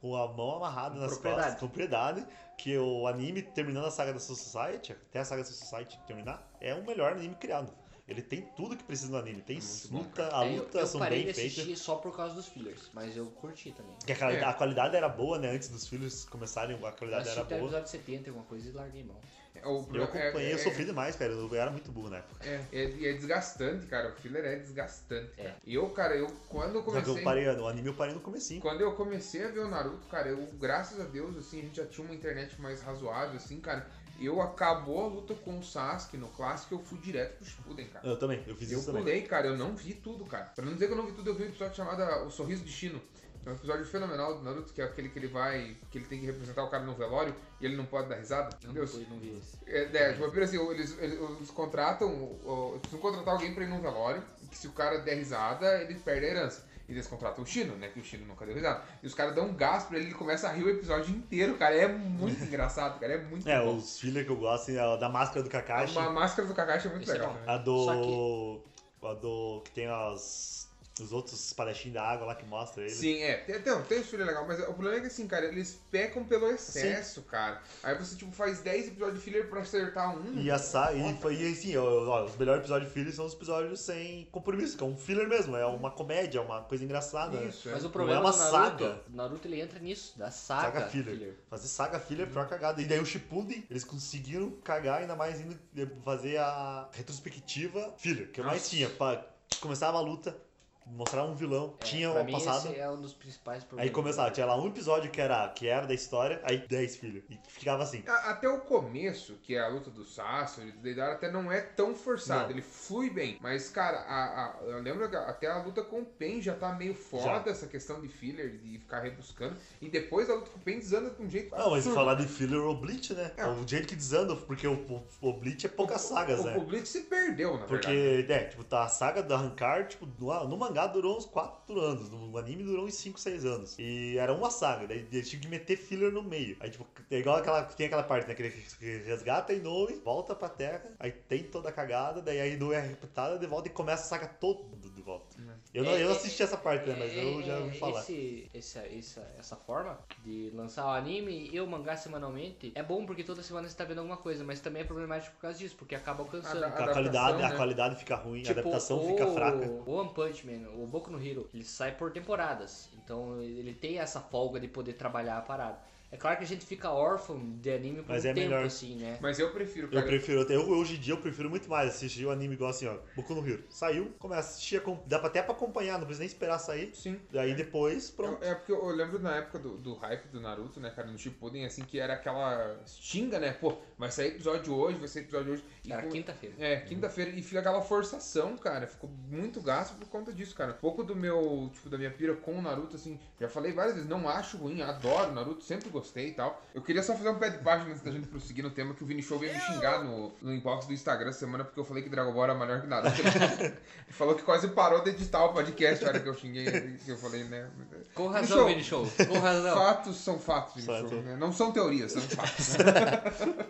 S2: com a mão amarrada nas
S1: Propriedade.
S2: costas, propriedade, que o anime terminando a saga da Soul Society, até a saga da Soul Society terminar, é o melhor anime criado. Ele tem tudo que precisa no anime. Tem
S3: Muito bom,
S2: luta, a
S1: É, eu-
S2: luta
S1: eu,
S2: são
S1: parei
S2: bem
S1: de
S2: feitas.
S1: assistir só por causa dos fillers, mas eu curti também.
S2: Que a, quali-
S3: É.
S2: a qualidade era boa, né? Antes dos filhos começarem, a
S1: Eu
S2: qualidade
S1: assisti
S2: era
S1: até o
S2: boa.
S1: episódio 70, alguma coisa, e larguei mão.
S3: É, o
S2: Eu
S3: problema- é-
S2: acompanhei, eu
S3: é-
S2: sofri demais, cara. Eu era muito burro na época.
S3: É, é- é desgastante, cara. O filler é desgastante.
S1: É.
S3: E eu, cara, eu quando eu
S2: Só que
S3: comecei.
S2: eu parei, o anime eu parei no comecinho.
S3: Quando eu comecei a ver o Naruto, cara, eu, graças a Deus, assim, a gente já tinha uma internet mais razoável, assim, cara. Eu acabou a luta com o Sasuke no clássico, eu fui direto pro Shippuden, cara.
S2: Eu também, eu fiz
S3: Eu
S2: isso né? também.
S3: pulei, cara, eu não vi tudo, cara. Pra não dizer que eu não vi tudo, eu vi um episódio chamado O Sorriso de Shino. É um episódio fenomenal do Naruto, que é aquele que ele vai. que ele tem que representar o cara no velório e ele não pode dar risada.
S1: Eu
S3: Meu
S1: não,
S3: Deus.
S1: fui, não vi esse.
S3: É, é, tipo, primeiro assim, eles, eles, eles contratam. o- o- Eles precisam contratar alguém pra ir num velório, que se o cara der risada, ele perde a herança. E eles contratam o Chino, né? Que o Chino nunca deu risada. E os caras dão um gás pra ele, ele começa a rir o episódio inteiro, cara. É muito engraçado, cara. É muito
S2: É,
S3: bom.
S2: os filler que eu gosto, assim, a da máscara do Kakashi.
S3: Uma máscara do Kakashi é muito
S1: Esse é
S3: legal.
S1: bom.
S3: né?
S2: A do. A do. que tem as. Os outros espadachins da água lá que mostra ele.
S3: Sim, é. Tem, tem, tem filho legal, mas o problema é que assim, cara, eles pecam pelo excesso, cara. Aí você, tipo, faz 10 episódios de filler pra acertar um.
S2: E, a sa... e, foi- e assim, ó, ó, os melhores episódios de filler são os episódios sem compromisso, que é um filler mesmo, é uma comédia, é uma coisa engraçada. né?
S3: Isso, é.
S1: Mas o
S2: é
S1: problema
S2: uma
S1: do Naruto,
S2: saga.
S1: o Naruto ele entra nisso, da saga,
S2: Saga filler. Fazer saga filler é a pior cagada. E daí o Shippuden, eles conseguiram cagar, ainda mais indo eh, fazer a retrospectiva filler, que eu mais
S3: Nossa.
S2: tinha. Pra... Começava a luta, mostrar um vilão,
S1: É,
S2: tinha
S1: pra
S2: o
S1: mim,
S2: passado.
S1: Esse é um dos principais problemas.
S2: Aí começava, tinha lá um episódio que era, que era da história, aí 10 filhos. E ficava assim.
S3: A- Até o começo, que é a luta do Sasori e do Deidara, até não é tão forçado,
S2: Não.
S3: ele flui bem. Mas, cara, a, a- eu lembro que até a luta com o Pen já tá meio foda, essa questão de filler, de ficar rebuscando. E depois a luta com o Pen desanda de um jeito.
S2: Não, mas
S3: absurdo.
S2: falar de filler o Bleach, né?
S3: É.
S2: O jeito que desanda, porque o, o, o Bleach é poucas sagas,
S3: o,
S2: né?
S3: O Blitz se perdeu,
S1: É
S3: na verdade.
S2: Porque, né, tipo, tá, a saga do Arrancar, tipo, no, no mangá durou uns 4 anos, no anime durou uns 5, 6 anos. E era uma saga, daí eles tinham que meter filler no meio. Aí, tipo, é igual aquela, tem aquela parte, né, que ele resgata a Inoue, volta pra Terra, aí tem toda a cagada, daí a Inoue é reputada de volta e começa a saga toda de volta.
S3: Hum.
S2: Eu, não, eu não
S1: É,
S2: assisti essa parte, né, mas eu já ouvi falar.
S1: Esse, esse- essa, essa forma de lançar o anime e o mangá semanalmente é bom porque toda semana você tá vendo alguma coisa, mas também é problemático por causa disso, porque acaba alcançando.
S3: Ah, dá-
S2: A
S3: adaptação,
S2: qualidade, a
S3: né?
S2: qualidade fica ruim,
S1: Tipo,
S2: a adaptação fica fraca.
S1: O One Punch Man, o Boku no Hero, ele sai por temporadas. Então ele tem essa folga de poder trabalhar a parada. É claro que a gente fica órfão de anime por
S2: Mas
S1: um
S2: é
S1: tempo,
S2: melhor.
S1: assim, né?
S3: Mas eu prefiro,
S2: Eu
S3: cara.
S2: prefiro, até- eu, hoje em dia eu prefiro muito mais assistir o anime igual assim, ó, Boku no Hero. Saiu, começa a assistir, acom- dá pra- até pra acompanhar, não precisa nem esperar sair.
S3: Sim.
S2: Daí depois, pronto.
S3: É, é porque eu lembro na época do, do hype do Naruto, né, cara, no Shippuden, assim, que era aquela xinga, né, pô, vai sair episódio hoje, vai sair episódio hoje. E
S1: Era
S3: com-
S1: quinta-feira.
S3: É, quinta-feira e fica aquela forçação, cara. Ficou muito gasto por conta disso, cara. Pouco do meu, tipo, da minha pira com o Naruto, assim, já falei várias vezes, não acho ruim, adoro o Naruto, sempre gostei e tal. Eu queria só fazer um pé de página antes da gente prosseguir no tema que o Vini Show veio me xingar no, no inbox do Instagram essa semana porque eu falei que Dragon Ball era melhor que Naruto. Ele falou que quase parou de editar o podcast, cara, que eu xinguei, que eu falei, né?
S1: Com
S3: Show.
S1: razão, Mini Show. Com razão.
S3: Fatos são fatos, Vini
S2: Fato.
S3: Show, né? Não são teorias, são fatos. né?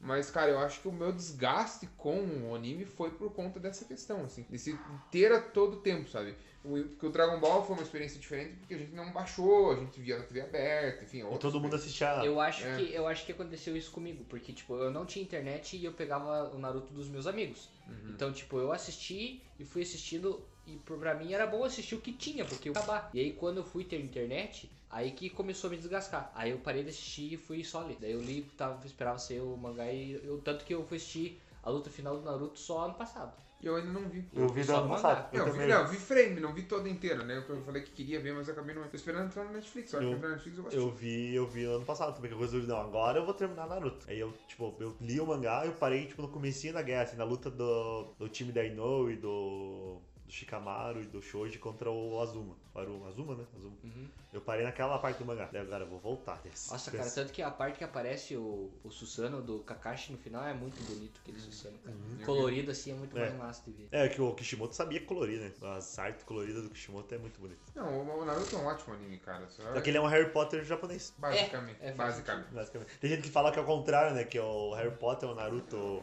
S3: Mas, cara, eu acho que o meu desgaste com o anime foi por conta dessa questão, assim. Desse ter a todo tempo, sabe? O- Porque o Dragon Ball foi uma experiência diferente porque a gente não baixou, a gente via na TV aberta, enfim.
S2: E
S3: outras
S2: todo mundo
S3: coisas.
S2: assistia.
S1: Eu acho,
S3: É.
S1: que, eu acho que aconteceu isso comigo, porque, tipo, eu não tinha internet e eu pegava o Naruto dos meus amigos. Então, tipo, eu assisti e fui assistindo, e pro- pra mim era bom assistir o que tinha, porque eu ia acabar. E aí, quando eu fui ter internet, aí que começou a me desgastar. Aí eu parei de assistir e fui só ler. Daí eu li, tava, esperava ser o mangá, e eu, tanto que eu fui assistir a luta final do Naruto só ano passado.
S3: E eu ainda não vi.
S2: Eu vi
S1: só
S2: do ano
S1: no
S2: passado.
S1: mangá.
S2: Eu
S3: não, vi,
S2: também.
S3: não, eu vi frame, não vi toda inteira, né? Eu falei que queria ver, mas acabei não. Tô esperando entrar no Netflix. Eu acho
S2: Eu-
S3: que entrar no Netflix eu vou assistir.
S2: Eu vi, eu vi no ano passado também, que eu resolvi, não, agora eu vou terminar Naruto. Aí eu, tipo, eu li o mangá, eu parei, tipo, no comecinho da guerra, assim, na luta do, do time da Inoue e do, do Shikamaru e do Shoji contra o Azuma. Era o Azuma, né? Azuma.
S1: Uhum.
S2: Eu parei naquela parte do mangá. Daí agora eu vou voltar. desse-
S1: Nossa, cara,
S2: desse-
S1: tanto que a parte que aparece o, o Susano do Kakashi no final é muito bonito, aquele Susano, cara.
S3: vi.
S1: Colorido, assim, é muito
S2: É.
S1: mais massa de ver.
S2: É, que o Kishimoto sabia colorir, né? As artes coloridas do Kishimoto é muito bonito.
S3: Não, o o Naruto é um ótimo anime, cara. Só...
S2: Só que ele é um Harry Potter japonês,
S3: Basicamente.
S1: É, é, faz
S3: basicamente.
S2: basicamente. Tem gente que fala que é o contrário, né? Que o Harry Potter é o Naruto.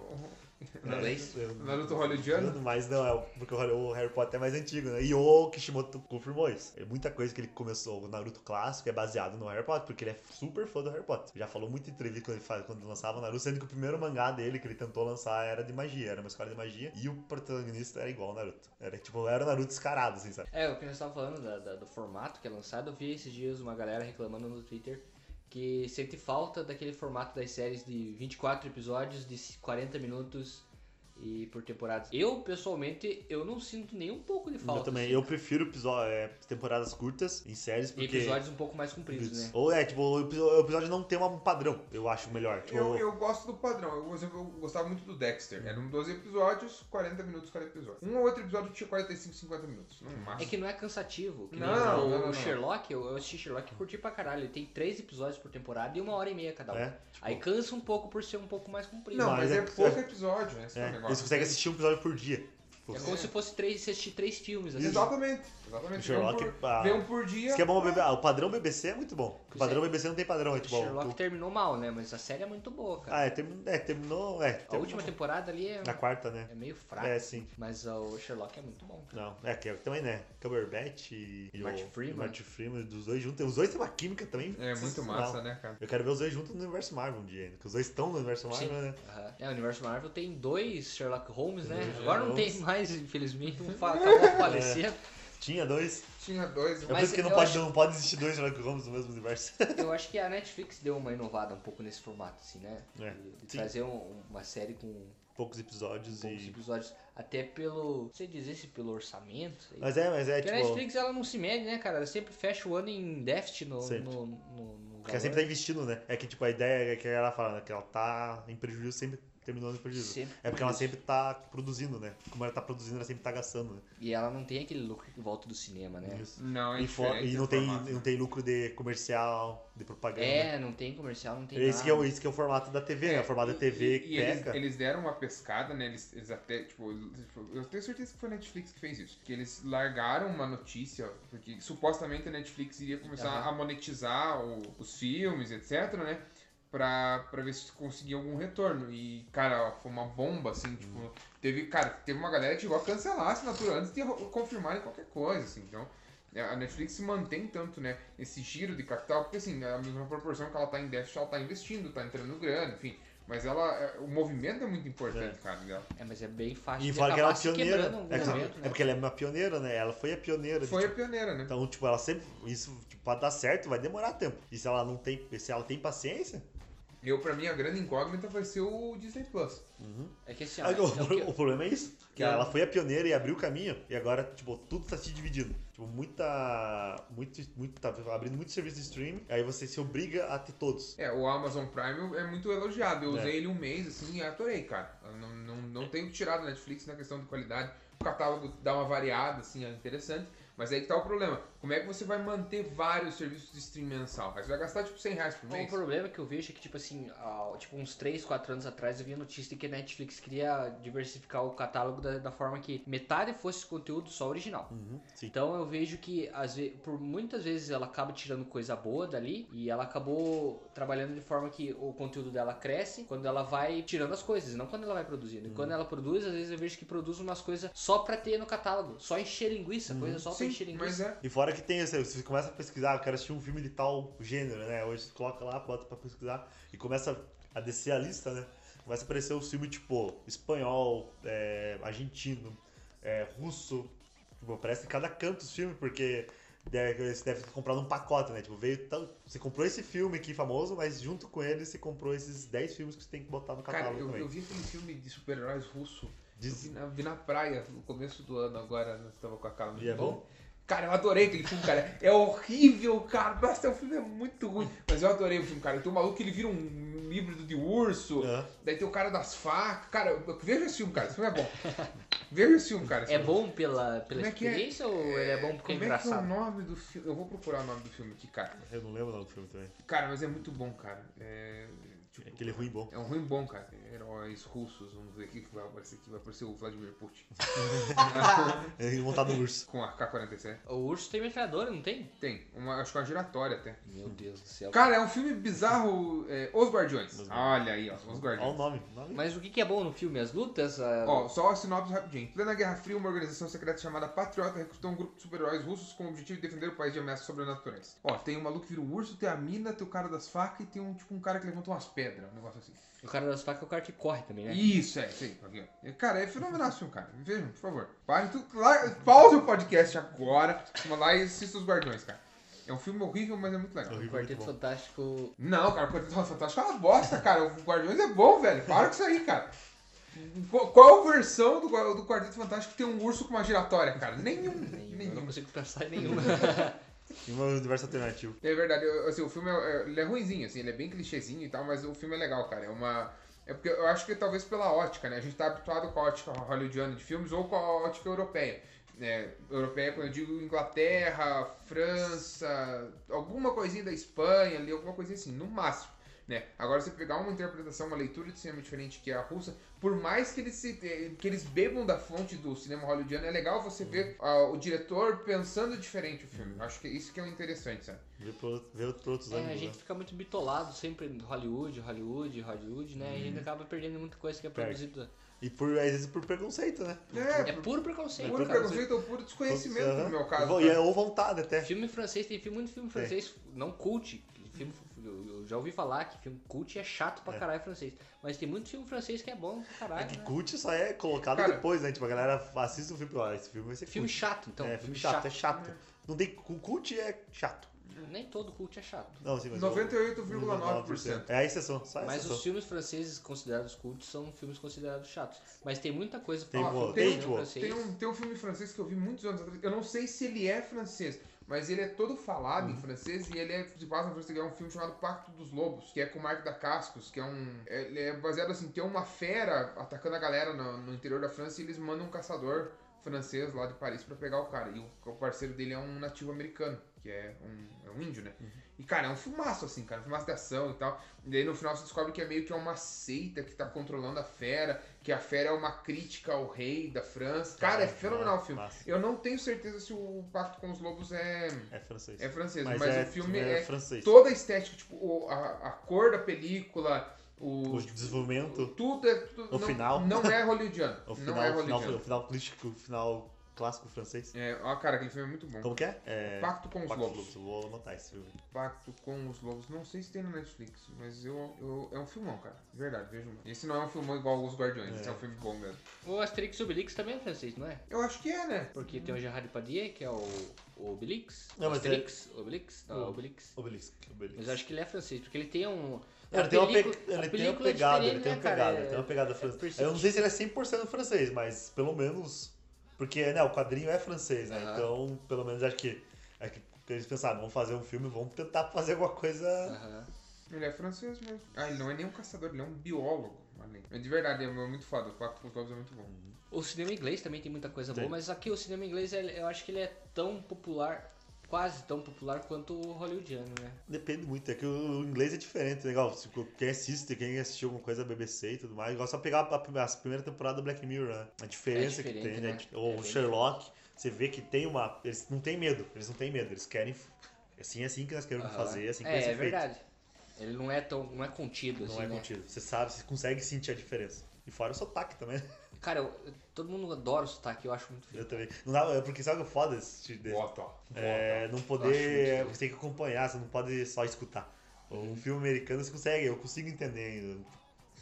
S2: Leis-
S3: Naruto hollywoodiano?
S2: Mas não, é o- porque o Holly- o Harry Potter é mais antigo, né? E o Kishimoto confirmou isso. É Muita coisa que ele começou, o Naruto clássico, é baseado no Harry Potter, porque ele é super fã do Harry Potter. Já falou muito em entrevista quando, ele fa- quando lançava o Naruto, sendo que o primeiro mangá dele que ele tentou lançar era de magia, era uma escola de magia, e o protagonista era igual ao Naruto. Era tipo, era o Naruto descarado, assim, sabe?
S1: É, o que nós estávamos falando da- da- do formato que é lançado, eu vi esses dias uma galera reclamando no Twitter que sente falta daquele formato das séries de 24 episódios de 40 minutos e por temporadas. Eu, pessoalmente, eu não sinto nem um pouco de falta.
S2: eu também,
S1: assim.
S2: eu prefiro episo- é, temporadas curtas em séries,
S1: E
S2: porque...
S1: episódios um pouco mais compridos, né?
S2: Ou é, tipo, o episo- o episódio não tem um padrão, eu acho melhor. Tipo,
S3: Eu, eu gosto do padrão. Eu, por exemplo, eu gostava muito do
S2: Hum.
S3: Dexter. Eram 12 episódios, 40 minutos cada episódio. Um ou outro episódio tinha 45, 50 minutos. No
S1: É
S3: máximo.
S1: que não é cansativo. que nem
S3: Não,
S1: o
S3: não, não, não.
S1: Sherlock, eu eu assisti Sherlock e curti pra caralho. Ele tem três episódios por temporada e uma hora e meia cada um.
S2: né?
S1: Aí cansa um pouco por ser um pouco mais comprido.
S3: Não,
S2: Mas
S3: mas,
S2: é
S3: é,
S2: que-
S3: pouco episódio, né? Esse é, o
S2: É,
S3: negócio.
S2: eles conseguem assistir um episódio por dia. Tipo,
S1: É como se fosse três, você assistir três filmes. assim.
S3: Exatamente.
S2: o
S3: Exatamente.
S2: Sherlock.
S3: Vê um por,
S2: ah,
S3: vê um por dia.
S2: isso que é bom, o BB ah, o padrão BBC é muito bom. O padrão BBC não tem padrão, é tipo. ó,
S1: Sherlock
S2: tu-
S1: terminou mal, né? Mas a série é muito boa, cara.
S2: Ah, é, termi- é, terminou. É,
S1: a
S2: terminou
S1: última temporada ali é,
S2: na quarta, né?
S1: é meio fraca,
S2: É, sim.
S1: mas o Sherlock é muito bom.
S2: Não, é que também, né? Cumberbatch e, e
S1: Martin
S2: o
S1: Freeman.
S2: Martin Freeman, dos dois juntos. Os dois têm uma química também.
S3: É muito
S2: sensacional.
S3: massa, né, cara?
S2: Eu quero ver os dois juntos no universo Marvel um dia ainda. Porque os dois estão no universo Marvel, né?
S1: Aham. É, o universo Marvel tem dois Sherlock Holmes, né?
S2: Dois
S1: Agora não
S2: Sherlock
S1: tem mais, infelizmente. Um fa-
S2: É.
S1: acabou falecendo.
S2: Tinha dois.
S3: Tinha dois.
S2: Eu
S1: Mas
S2: penso que não
S1: eu
S2: pode,
S1: acho-
S2: não pode existir dois Sherlock Holmes no mesmo universo.
S1: Eu acho que a Netflix deu uma inovada um pouco nesse formato, assim, né?
S2: É.
S1: De- de
S2: Sim.
S1: trazer um- uma série com
S2: Poucos episódios
S1: poucos
S2: e.
S1: episódios. Até pelo. Não sei dizer se pelo orçamento. sei.
S2: Mas é, mas é
S1: Porque a
S2: tipo.
S1: Netflix ela não se mede, né, cara? Ela sempre fecha o ano em déficit no.
S2: Sempre.
S1: no, no- no
S2: Porque ela
S1: valor.
S2: sempre tá investindo, né? É que, tipo, a ideia é que ela fala, né? Que ela tá em prejuízo, sempre terminando em prejuízo.
S1: Sempre
S2: É porque ela
S1: isso.
S2: sempre tá produzindo, né? Como ela tá produzindo, ela sempre tá gastando, né?
S1: E ela não tem aquele lucro que volta do cinema, né?
S2: Isso.
S3: Não, é
S2: E, fo-
S3: diferente
S2: e não,
S3: o
S2: tem,
S3: formato,
S2: não
S3: né?
S2: tem lucro de comercial, de propaganda.
S1: É, não tem comercial, não tem
S2: Esse,
S1: nada.
S2: que é, o- esse que é o formato da TV, né? O formato da TV
S3: e,
S2: que
S3: e eles,
S2: peca.
S3: eles deram uma pescada, né? Eles, eles até, tipo, eles- tipo, eu tenho certeza que foi a Netflix que fez isso. Que eles largaram uma notícia, porque supostamente a Netflix iria começar
S1: Aham.
S3: a monetizar o- os filmes, etc, né? Pra, pra ver se conseguia algum retorno. E, cara, ó, foi uma bomba, assim,
S2: Hum.
S3: tipo. Teve, cara, teve uma galera que chegou a cancelar a assinatura antes de ro- confirmarem qualquer coisa, assim, então. É, A Netflix se mantém tanto, né, esse giro de capital, porque assim, a mesma proporção que ela tá em déficit, ela tá investindo, tá entrando grana, enfim. Mas ela, é, o movimento é muito importante, cara, dela.
S1: É, mas é bem fácil
S2: E
S1: de
S2: fala que ela
S1: acabar
S2: é
S1: se
S2: pioneira.
S1: quebrando em
S2: É,
S1: algum
S2: que-
S1: momento,
S2: é
S1: né?
S2: porque ela é uma pioneira, né? Ela foi a pioneira. de,
S3: Foi a
S2: tipo,
S3: pioneira, né?
S2: Então, tipo, ela sempre. Isso, tipo, pra dar certo, vai demorar tempo. E se ela não tem. Se ela tem paciência.
S3: Eu, pra mim, a grande incógnita vai ser o Disney Plus.
S2: Uhum.
S1: É que assim, ó,
S2: Ah,
S1: é
S2: o,
S1: o que-
S2: o problema é isso. Que
S1: Ela-
S2: ela foi a pioneira e abriu o caminho, e agora, tipo, tudo tá se dividindo. Tipo, muita. Muito, muito, tá abrindo muito serviço de streaming, aí você se obriga a ter todos.
S3: É, o Amazon Prime é muito elogiado. Eu
S2: É.
S3: usei ele um mês, assim, e adorei, cara. Eu não, não, não tenho tirado Netflix na questão de qualidade. O catálogo dá uma variada, assim, é interessante. Mas aí que tá o problema. Como é que você vai manter vários serviços de stream mensal? Aí você vai gastar, tipo, 100 reais por
S1: o
S3: mês.
S1: problema que eu vejo é que, tipo assim, há, tipo, uns 3, 4 anos atrás eu vi a notícia de que a Netflix queria diversificar o catálogo da, da forma que metade fosse conteúdo só original.
S2: Uhum, sim.
S1: Então eu vejo que às ve- por muitas vezes ela acaba tirando coisa boa dali e ela acabou trabalhando de forma que o conteúdo dela cresce quando ela vai tirando as coisas, não quando ela vai produzindo. E quando ela produz, às vezes eu vejo que produz umas coisas só pra ter no catálogo, só encher linguiça, coisa só pra
S3: Sim,
S1: encher linguiça.
S3: mas é.
S2: E fora que tem, assim, você começa a pesquisar, eu quero assistir um filme de tal gênero, né? Hoje você coloca lá, bota pra pesquisar, e começa a descer a lista, né? Começa a aparecer os filmes tipo espanhol, é, argentino, é, russo. Tipo, aparece em cada canto os filmes, porque deve- você deve comprar num pacote, né? Tipo, veio tal. Você comprou esse filme aqui famoso, mas junto com ele você comprou esses 10 filmes que você tem que botar no
S3: Cara,
S2: catálogo
S3: eu,
S2: também.
S3: eu vi aquele filme de super-heróis russo. Eu
S2: Diz-
S3: vi na, vi na praia no começo do ano agora, nós tava com a Carla
S2: E é
S3: Bom.
S2: bom?
S3: Cara, eu adorei aquele filme, cara. É horrível, cara. Nossa, o filme é muito ruim. Mas eu adorei o filme, cara. Tem um maluco que ele vira um híbrido de urso.
S2: Aham.
S3: Daí tem o cara das facas. Cara, eu- veja esse filme, cara. Esse filme é bom. Veja esse filme, cara. Esse
S1: É
S3: filme
S1: bom pela, pela
S3: Como é que é?
S1: experiência ou ele é bom porque é
S3: Como é que é o
S1: engraçado?
S3: nome do filme? Eu vou procurar o nome do filme aqui, cara.
S2: Eu não lembro o nome do filme também.
S3: Cara, mas é muito bom, cara. É, deixa
S2: É aquele ruim bom.
S3: É um ruim bom, cara. Heróis russos, vamos ver o que que vai aparecer aqui. Vai aparecer o Vladimir Putin
S2: É montado no urso.
S3: com a K-47.
S1: O urso tem metralhadora, não tem?
S3: Tem, uma, acho que uma giratória até.
S1: Meu Deus do céu.
S3: Cara, é um filme bizarro. é, Os Guardiões.
S2: Os Guardiões.
S3: Olha aí, ó, Os
S2: Olha o
S3: Guardiões.
S2: nome. o nome.
S1: Mas o que, que é bom no filme? As lutas? A...
S3: Ó, só a sinopse rapidinho. Em plena Guerra Fria, uma organização secreta chamada Patriota recrutou um grupo de super-heróis russos com o objetivo de defender o país de ameaças sobrenaturais. Ó, tem um maluco que vira um urso, tem a mina, tem o cara das facas e tem um tipo um cara que levanta umas pedras, um negócio assim.
S1: O cara das facas é o cara que corre também, né?
S3: Isso, é, isso aí. Aqui, ó. E, Cara, é fenomenal esse filme, cara. Vejam, por favor. Parem tudo lá, pause o podcast agora, vão lá e assista Os Guardiões, cara. É um filme horrível, mas é muito legal.
S1: O
S2: Horrível, muito
S1: Quarteto
S2: bom.
S1: Fantástico.
S3: Não, cara, o Quarteto Fantástico é uma bosta, cara. O Guardiões é bom, velho. Para com isso aí, cara. Qual, qual versão do, Gua- do Quarteto Fantástico que tem um urso com uma giratória, cara? Nenhum,
S1: Nenhum, Eu não
S3: nenhum.
S1: consigo pensar em nenhuma.
S2: E um universo alternativo.
S3: É verdade, eu- assim, o filme é, é- ele é ruimzinho, assim, ele é bem clichêzinho e tal, mas o filme é legal, cara. É uma. É porque eu acho que talvez pela ótica, né? A gente tá habituado com a ótica hollywoodiana de filmes ou com a ótica europeia. né? europeia, quando eu digo Inglaterra, França, alguma coisinha da Espanha ali, alguma coisinha assim, no máximo. Né? Agora, você pegar uma interpretação, uma leitura de cinema diferente que é a russa, por mais que eles, se, eh, que eles bebam da fonte do cinema hollywoodiano, é legal você ver ah, o diretor pensando diferente o filme. Eu Acho que isso que é o interessante, sabe?
S2: Ver por, ver por outros
S1: É, a
S2: ângulos.
S1: gente
S2: né?
S1: fica muito bitolado sempre em Hollywood, Hollywood, Hollywood, né? E a gente
S2: Uhum.
S1: acaba perdendo muita coisa que é
S2: Perde.
S1: produzida.
S2: E por, às vezes por preconceito, né?
S1: É puro preconceito.
S3: Puro
S1: cara.
S3: preconceito ou é um puro desconhecimento,
S2: Aham.
S3: no meu caso.
S2: Ou- E é, ou vontade até.
S1: Filme francês, tem filme, muito filme francês, não cult. Filme, eu eu já ouvi falar que filme cult é chato pra caralho francês. Mas tem muito filme francês que é bom pra
S2: É
S1: caralho.
S2: que
S1: né?
S2: cult só é colocado
S3: Cara-
S2: depois, né? Tipo, a galera assiste o filme e fala, "Ah, esse filme vai ser
S1: Filme
S2: cult.
S1: chato, então.
S2: é, filme chato, é chato. Não tem... cu- Cult é chato.
S1: Nem todo cult é chato.
S2: Não, sim, mas...
S3: um 98,9%.
S2: É a exceção, só a
S1: Mas
S2: exceção.
S1: os filmes franceses considerados cultos são filmes considerados chatos. Mas tem muita coisa pra
S2: Tem
S1: falar
S2: boa-
S1: sobre
S2: tem
S1: filme
S2: boa.
S1: francês.
S3: Tem um, tem um filme francês que eu vi muitos anos atrás. Eu não sei se ele é francês, mas ele é todo falado em francês e ele é se passa em francês. É um filme chamado Pacto dos Lobos, que é com o Marco da Cascos, que é um. é- Ele é baseado assim: tem uma fera atacando a galera no, no interior da França e eles mandam um caçador francês lá de Paris pra pegar o cara. E o, o parceiro dele é um nativo americano, que é um, é um índio, né? E, cara, é um filmaço, assim, cara, um filmaço de ação e tal. E daí no final você descobre que é meio que uma seita que tá controlando a fera, que a fera é uma crítica ao rei da França. Cara, é
S2: Caraca,
S3: fenomenal o filme.
S2: massa.
S3: Eu não tenho certeza se o Pacto com os Lobos é,
S2: É francês.
S3: é francês, mas,
S2: Mas é-
S3: o filme
S2: é
S3: é,
S2: francês.
S3: toda a estética, tipo, o- a, a cor da película, o. tipo,
S2: O desenvolvimento,
S3: tudo é. Tudo,
S2: O
S3: não,
S2: final.
S3: Não é hollywoodiano.
S2: o final, o
S3: não é
S2: final,
S3: hollywoodiano.
S2: o final clássico, o final clássico francês.
S3: É, ó, cara, aquele filme é muito bom.
S2: Como que é? É...
S3: Pacto com os
S2: Pacto dos Lobos.
S3: Lobos.
S2: Eu Vou anotar esse filme.
S3: Pacto com os Lobos. Não sei se tem na Netflix, mas eu, eu- é um filmão, cara. De Verdade, vejo. Esse não é um filmão igual os Guardiões,
S2: É.
S3: esse é um filme bom mesmo.
S1: O Asterix e Obelix também é francês, não é?
S3: Eu acho que é, né?
S1: Porque tem o Gerard Depardieu, que é o, o Obelix.
S2: Não, mas é-
S1: Asterix, Obelix? Não,
S2: O-
S1: Obelix.
S2: Obelisk. Obelisk.
S1: Mas eu acho que ele é francês, porque ele tem um...
S2: É, Ele
S1: a
S2: tem, uma pe-
S1: película- a
S2: ele tem uma
S1: película é
S2: pegada, ele
S1: diferente,
S2: tem uma
S1: né, cara?
S2: pegada, então. ele
S1: É-
S2: tem uma pegada francesa.
S1: persistente.
S2: Eu não sei se ele é 100% francês, mas pelo menos. Porque, né, o quadrinho é francês, né?
S1: Aham.
S2: Então, pelo menos acho que. É que eles pensaram, vamos fazer um filme, vamos tentar fazer alguma coisa.
S1: Aham.
S3: Ele é francês mesmo. Ah, ele não é nem um caçador, ele é um biólogo. Além. De verdade, é muito foda. O Pacto com os Lobos é muito bom.
S1: O cinema inglês também tem muita coisa
S2: Tem.
S1: boa, mas aqui o cinema inglês, ele- eu acho que ele é tão popular, quase tão popular quanto o hollywoodiano, né?
S2: Depende muito, é que o inglês é diferente, legal. Se quem assiste, quem assistiu alguma coisa da BBC e tudo mais, igual só pegar a primeira, a primeira temporada do Black Mirror, né? A diferença
S1: É
S2: que
S1: diferente,
S2: tem, né?
S1: né?
S2: Ou
S1: É
S2: o
S1: bem
S2: Sherlock, você vê que tem uma. Eles não têm medo, eles não têm medo, eles querem. Assim é assim que nós queremos
S1: Aham.
S2: fazer, assim que vai
S1: é,
S2: ser
S1: é
S2: feito.
S1: verdade. Ele não é tão, não é contido,
S2: Não
S1: assim,
S2: é
S1: né?
S2: contido. Você sabe, você consegue sentir a diferença. E fora o sotaque também.
S1: Cara, eu- eu- todo mundo adora o sotaque, eu acho muito feio.
S2: Eu também. Não dá, é porque sabe o foda desse, desse-
S3: Bota.
S2: é, não
S1: Eu
S2: poder.
S1: acho muito
S2: Você tem que acompanhar, você não pode só escutar.
S1: Uhum.
S2: Um filme americano você consegue, eu consigo entender ainda.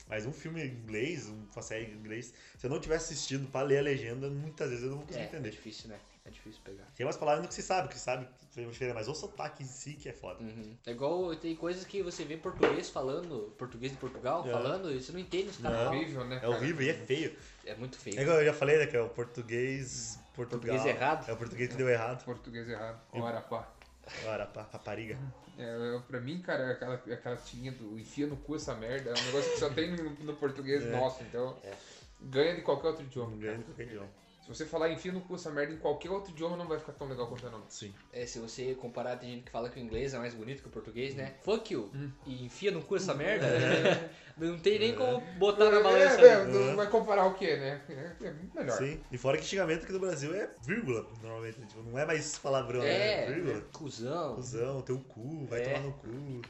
S2: Mas um filme em inglês, uma série em inglês, se eu não tiver assistido pra ler a legenda, muitas vezes eu não vou
S1: é,
S2: conseguir
S1: é
S2: entender.
S1: difícil, né? É difícil pegar.
S2: Tem umas palavras que você sabe, que você sabe que você mas o sotaque em si que é foda.
S1: Uhum. É igual tem coisas que você vê português falando, português de Portugal
S2: É.
S1: falando, e você não entende os caras
S2: Não.
S1: falam.
S3: Horrível, né?
S2: É
S3: cara?
S2: horrível e é feio.
S1: É muito Uhum. feio.
S2: É igual eu já falei, né, que é o português. Portugal.
S1: Português errado.
S2: É o português que deu errado.
S3: Português errado.
S2: É.
S3: Ora, pá.
S2: Ora, pa- rapariga.
S3: É, eu- pra mim, cara, é aquela, é aquela tirinha do enfia no cu essa merda. É um
S2: É.
S3: negócio que só tem no, no português nosso, então. Ganha de qualquer outro idioma.
S2: Um grande qualquer idioma.
S3: Se Se você falar enfia no cu essa merda em qualquer outro idioma, não vai ficar tão legal quanto é não.
S2: Sim.
S1: É, se você comparar, tem gente que fala que o inglês é mais bonito que o português, né?
S2: Uhum.
S1: Fuck you. E enfia no cu essa merda.
S2: É.
S1: Não tem nem como botar na balança.
S3: É, é,
S1: né?
S3: não vai comparar o que, né? É, é muito melhor.
S2: Uhum. Sim. E fora que xingamento aqui do Brasil é vírgula, normalmente. né? Tipo, não é mais palavrão, né?
S1: É,
S2: vírgula.
S1: cuzão.
S2: Cusão, teu cu, vai
S1: É.
S2: tomar no cu.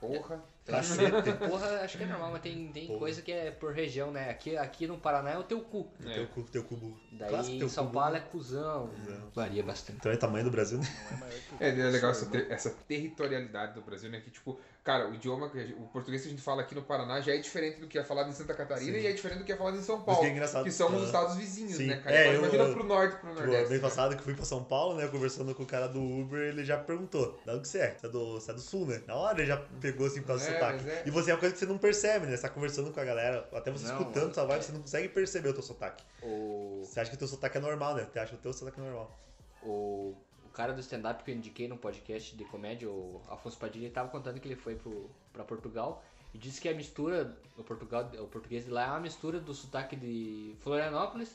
S3: Porra.
S2: Cacete.
S1: Porra, acho que é normal, mas tem, tem
S2: Porra.
S1: coisa que é por região, né? Aqui, aqui no Paraná é o teu cu.
S2: Teu cu, teu cu burro.
S1: Daí
S2: Clássico,
S1: em
S2: teu
S1: São
S2: cu
S1: Paulo é
S2: burro.
S1: cuzão.
S2: Cuzão.
S1: Varia bastante.
S2: Então é tamanho do Brasil, né?
S5: Não é maior que o
S3: É, é legal essa,
S5: Só,
S3: ter-
S5: irmão.
S3: essa territorialidade do Brasil, né? Que, tipo, cara, o idioma, que a gente- o português que a gente fala aqui no Paraná já é diferente do que é falado em Santa Catarina
S2: Sim.
S3: e é diferente do que é falado em São
S2: Mas que é
S3: Paulo.
S2: engraçado.
S3: Que são os
S2: Ah.
S3: estados vizinhos,
S2: Sim.
S3: né, cara?
S2: É,
S3: Mas
S2: eu-
S3: Imagina
S2: eu-
S3: pro norte, pro
S2: Tipo,
S3: nordeste.
S2: mês
S3: né?
S2: passado que eu fui pra São Paulo, né? Conversando com o cara do Uber, ele já perguntou: da onde que você é? Você é do, você é do sul, né? Na hora ele já pegou assim por causa do
S3: É,
S2: sotaque.
S3: mas é-
S2: E você é uma coisa que você não percebe, né? Você tá conversando com a galera, até você
S1: Não,
S2: escutando
S1: eu-
S3: é.
S2: sua vibe, você não consegue perceber o teu sotaque.
S1: O,
S2: Você acha que o teu sotaque é normal, né? Você acha que o teu sotaque é normal.
S1: o, o cara do stand-up que eu indiquei no podcast de comédia, o Afonso Padilha, ele tava contando que ele foi pro, pra Portugal e disse que a mistura, o, Portugal, o português de lá é uma mistura do sotaque de Florianópolis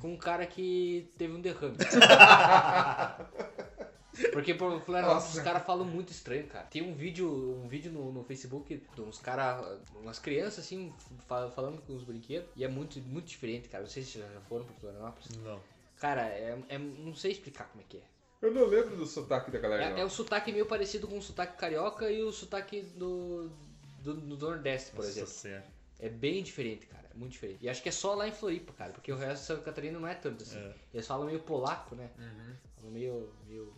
S1: com um cara que teve um derrame. Porque por Florianópolis
S3: Nossa.
S1: os caras falam muito estranho, cara. Tem um vídeo, um vídeo no, no Facebook de uns caras, umas crianças assim, fa- falando com os brinquedos. E é muito, muito diferente, cara. Não sei se já foram pra Florianópolis.
S2: Não.
S1: Cara, é, é- não sei explicar como é que é.
S3: Eu não lembro do sotaque da galera. não.
S1: É, é um sotaque meio parecido com o sotaque carioca e o sotaque do, do, do Nordeste, por
S2: Nossa
S1: exemplo.
S2: Senhora.
S1: É bem diferente, cara. É muito diferente. E acho que é só lá em Floripa, cara, porque o resto de Santa Catarina não é tanto assim.
S2: É.
S1: Eles falam meio polaco, né?
S3: Uhum.
S1: Falam meio. meio...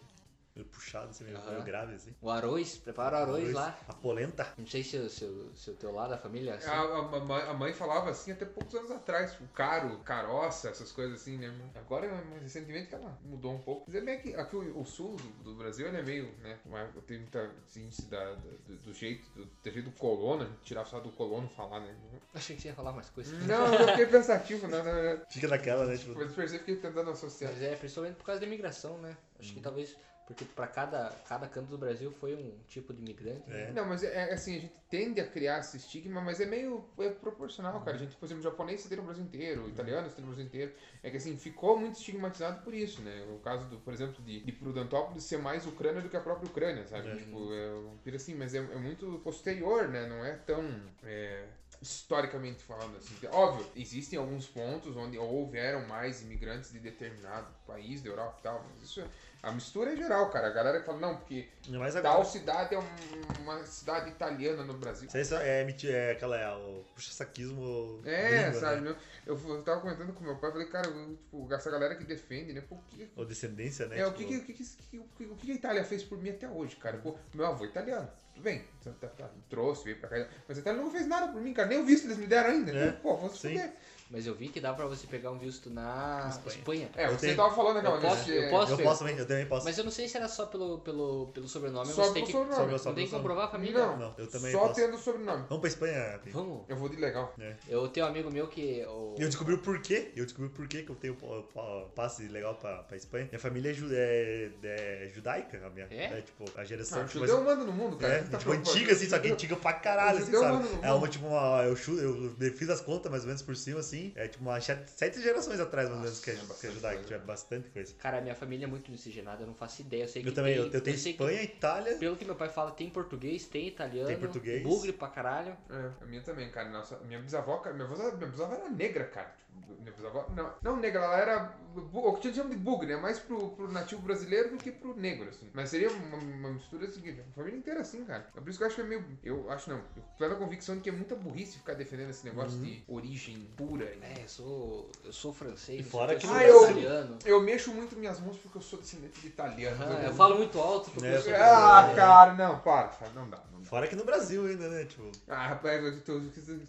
S2: Meio puxado, assim, meio,
S1: Aham.
S2: meio grave, assim.
S1: O arroz, prepara o arroz, lá.
S2: A polenta.
S1: Não sei se o se, se o teu lado, da família. é assim.
S3: A, a- a mãe- a mãe falava assim até poucos anos atrás, tipo, caro, caroça, essas coisas assim, né? Agora, mais recentemente, que ela mudou um pouco. Mas é meio que aqui o, o sul do, do Brasil, ele é meio, né? uma- Tem muita índice da, da- do, do jeito, do, do jeito do colono, tirar só do colono falar, né?
S1: Achei que você ia falar mais coisas.
S3: Não, eu fiquei pensativo, né? né,
S2: Fica naquela, né? Tipo,
S3: Depois eu percebi que fiquei tentando associar.
S1: Mas é, principalmente por causa da imigração, né? Acho que talvez. Porque pra cada, cada canto do Brasil foi um tipo de imigrante. né?
S2: é.
S3: Não, mas é é assim, a gente tende a criar esse estigma, mas é meio é proporcional,
S2: Uhum.
S3: cara. A gente, por exemplo, japonês você tem no Brasil inteiro, italiano você tem no Brasil inteiro. É que assim, ficou muito estigmatizado por isso, né? O caso, do, por exemplo, de, de Prudentópolis ser mais Ucrânia do que a própria Ucrânia, sabe?
S2: É.
S3: Tipo, é um pira assim, mas é, é muito posterior, né? Não é tão. é, historicamente falando assim. Óbvio, existem alguns pontos onde houveram mais imigrantes de determinado país da Europa e tal, mas isso é. A mistura é geral, cara. A galera fala, não, porque
S2: Ainda mais
S3: Tal
S2: agora.
S3: cidade é um- uma cidade italiana no Brasil.
S2: Isso aí só é, miti- é aquela, é o puxa-saquismo.
S3: É,
S2: gringo,
S3: sabe?
S2: Né?
S3: meu? Eu, fu- eu tava comentando com meu pai, falei, cara, eu, tipo, essa galera que defende, né? Pô, o que,
S2: Ou descendência, né?
S3: é, o,
S2: Tipo,
S3: que, que- o que, que- o que- o que a Itália fez por mim até hoje, cara? Pô, meu avô é italiano, tudo bem, tá- tá- tá, trouxe, veio pra cá, mas a Itália não fez nada por mim, cara, nem o visto eles me deram ainda.
S2: É,
S3: Então, Pô, vou se
S2: sim.
S3: fuder.
S1: Mas eu vi que dá pra você pegar um visto na
S2: Espanha.
S1: Espanha.
S3: É,
S2: Eu
S3: você
S2: tenho-
S3: tava falando né? É, aquela
S1: eu
S3: vez
S1: posso-
S3: que...
S1: eu posso-
S2: Eu posso também, eu também posso.
S1: Mas eu não sei se era só pelo, pelo, pelo sobrenome,
S3: Só
S1: você tem
S3: pelo
S1: que,
S3: sobrenome.
S2: Só meu- só
S1: não tem
S2: meu
S1: que
S2: sobrenome.
S1: comprovar a família.
S3: Não,
S2: Não, eu também
S3: só
S2: posso.
S3: tendo o sobrenome.
S2: Vamos pra Espanha, Pim.
S1: Vamos.
S3: Eu vou de legal.
S1: Eu tenho um amigo meu que. O...
S2: E eu descobri o porquê. Eu descobri o porquê que eu tenho pa- pa- passe legal pra, pra Espanha. Minha família é, ju- é- é judaica, a minha.
S1: É?
S2: tipo, a geração.
S3: Ah,
S2: tipo,
S3: judeu manda no mundo, cara.
S2: é,
S3: Você tá
S2: tipo,
S3: preocupado?
S2: antiga, assim, só que antiga pra caralho, assim,
S3: Judeu
S2: sabe?
S3: manda no
S2: É uma,
S3: mundo.
S2: tipo, uma, eu, chu- eu fiz as contas mais ou menos por cima, assim. É tipo umas sete, sete gerações atrás, mais ou menos, que é,
S3: Nossa,
S2: que é
S3: bastante
S2: judaica.
S3: coisa.
S2: Tipo, é bastante coisa.
S1: Cara, minha família é muito miscigenada, eu não faço ideia. Eu sei que
S2: Eu também,
S1: tem,
S2: eu, eu tenho
S1: sei que,
S2: Espanha, Itália.
S1: Pelo que meu pai fala, tem português, tem italiano,
S2: Tem português.
S1: bugre pra caralho.
S3: É, a minha também, cara. Nossa, minha bisavó, cara, minha bisavó, minha bisavó era negra, cara. Tipo, minha bisavó, não, não negra, ela era bu- o que a gente chama de bugre, né? Mais pro, pro nativo brasileiro do que pro negro, assim. Mas seria uma, uma mistura assim, a família inteira assim, cara. É por isso que eu acho que é meio, eu acho não, eu tenho plena convicção de que é muita burrice ficar defendendo esse negócio de origem pura.
S1: Uhum.
S3: né?
S1: É, eu sou. Eu sou francês, não
S2: E
S1: sei
S2: fora
S1: o
S2: que é assim.
S1: eu sou
S3: no Brasil-
S1: italiano.
S3: Eu mexo muito minhas mãos porque eu sou descendente de italiano.
S1: Ah,
S3: Eu-
S1: eu falo né? muito alto porque
S2: É,
S1: eu sou.
S3: Ah,
S1: brasileiro.
S3: cara, não, para, cara, não dá, não dá.
S2: Fora que no Brasil ainda, né? Tipo,
S3: Ah, rapaz, teu,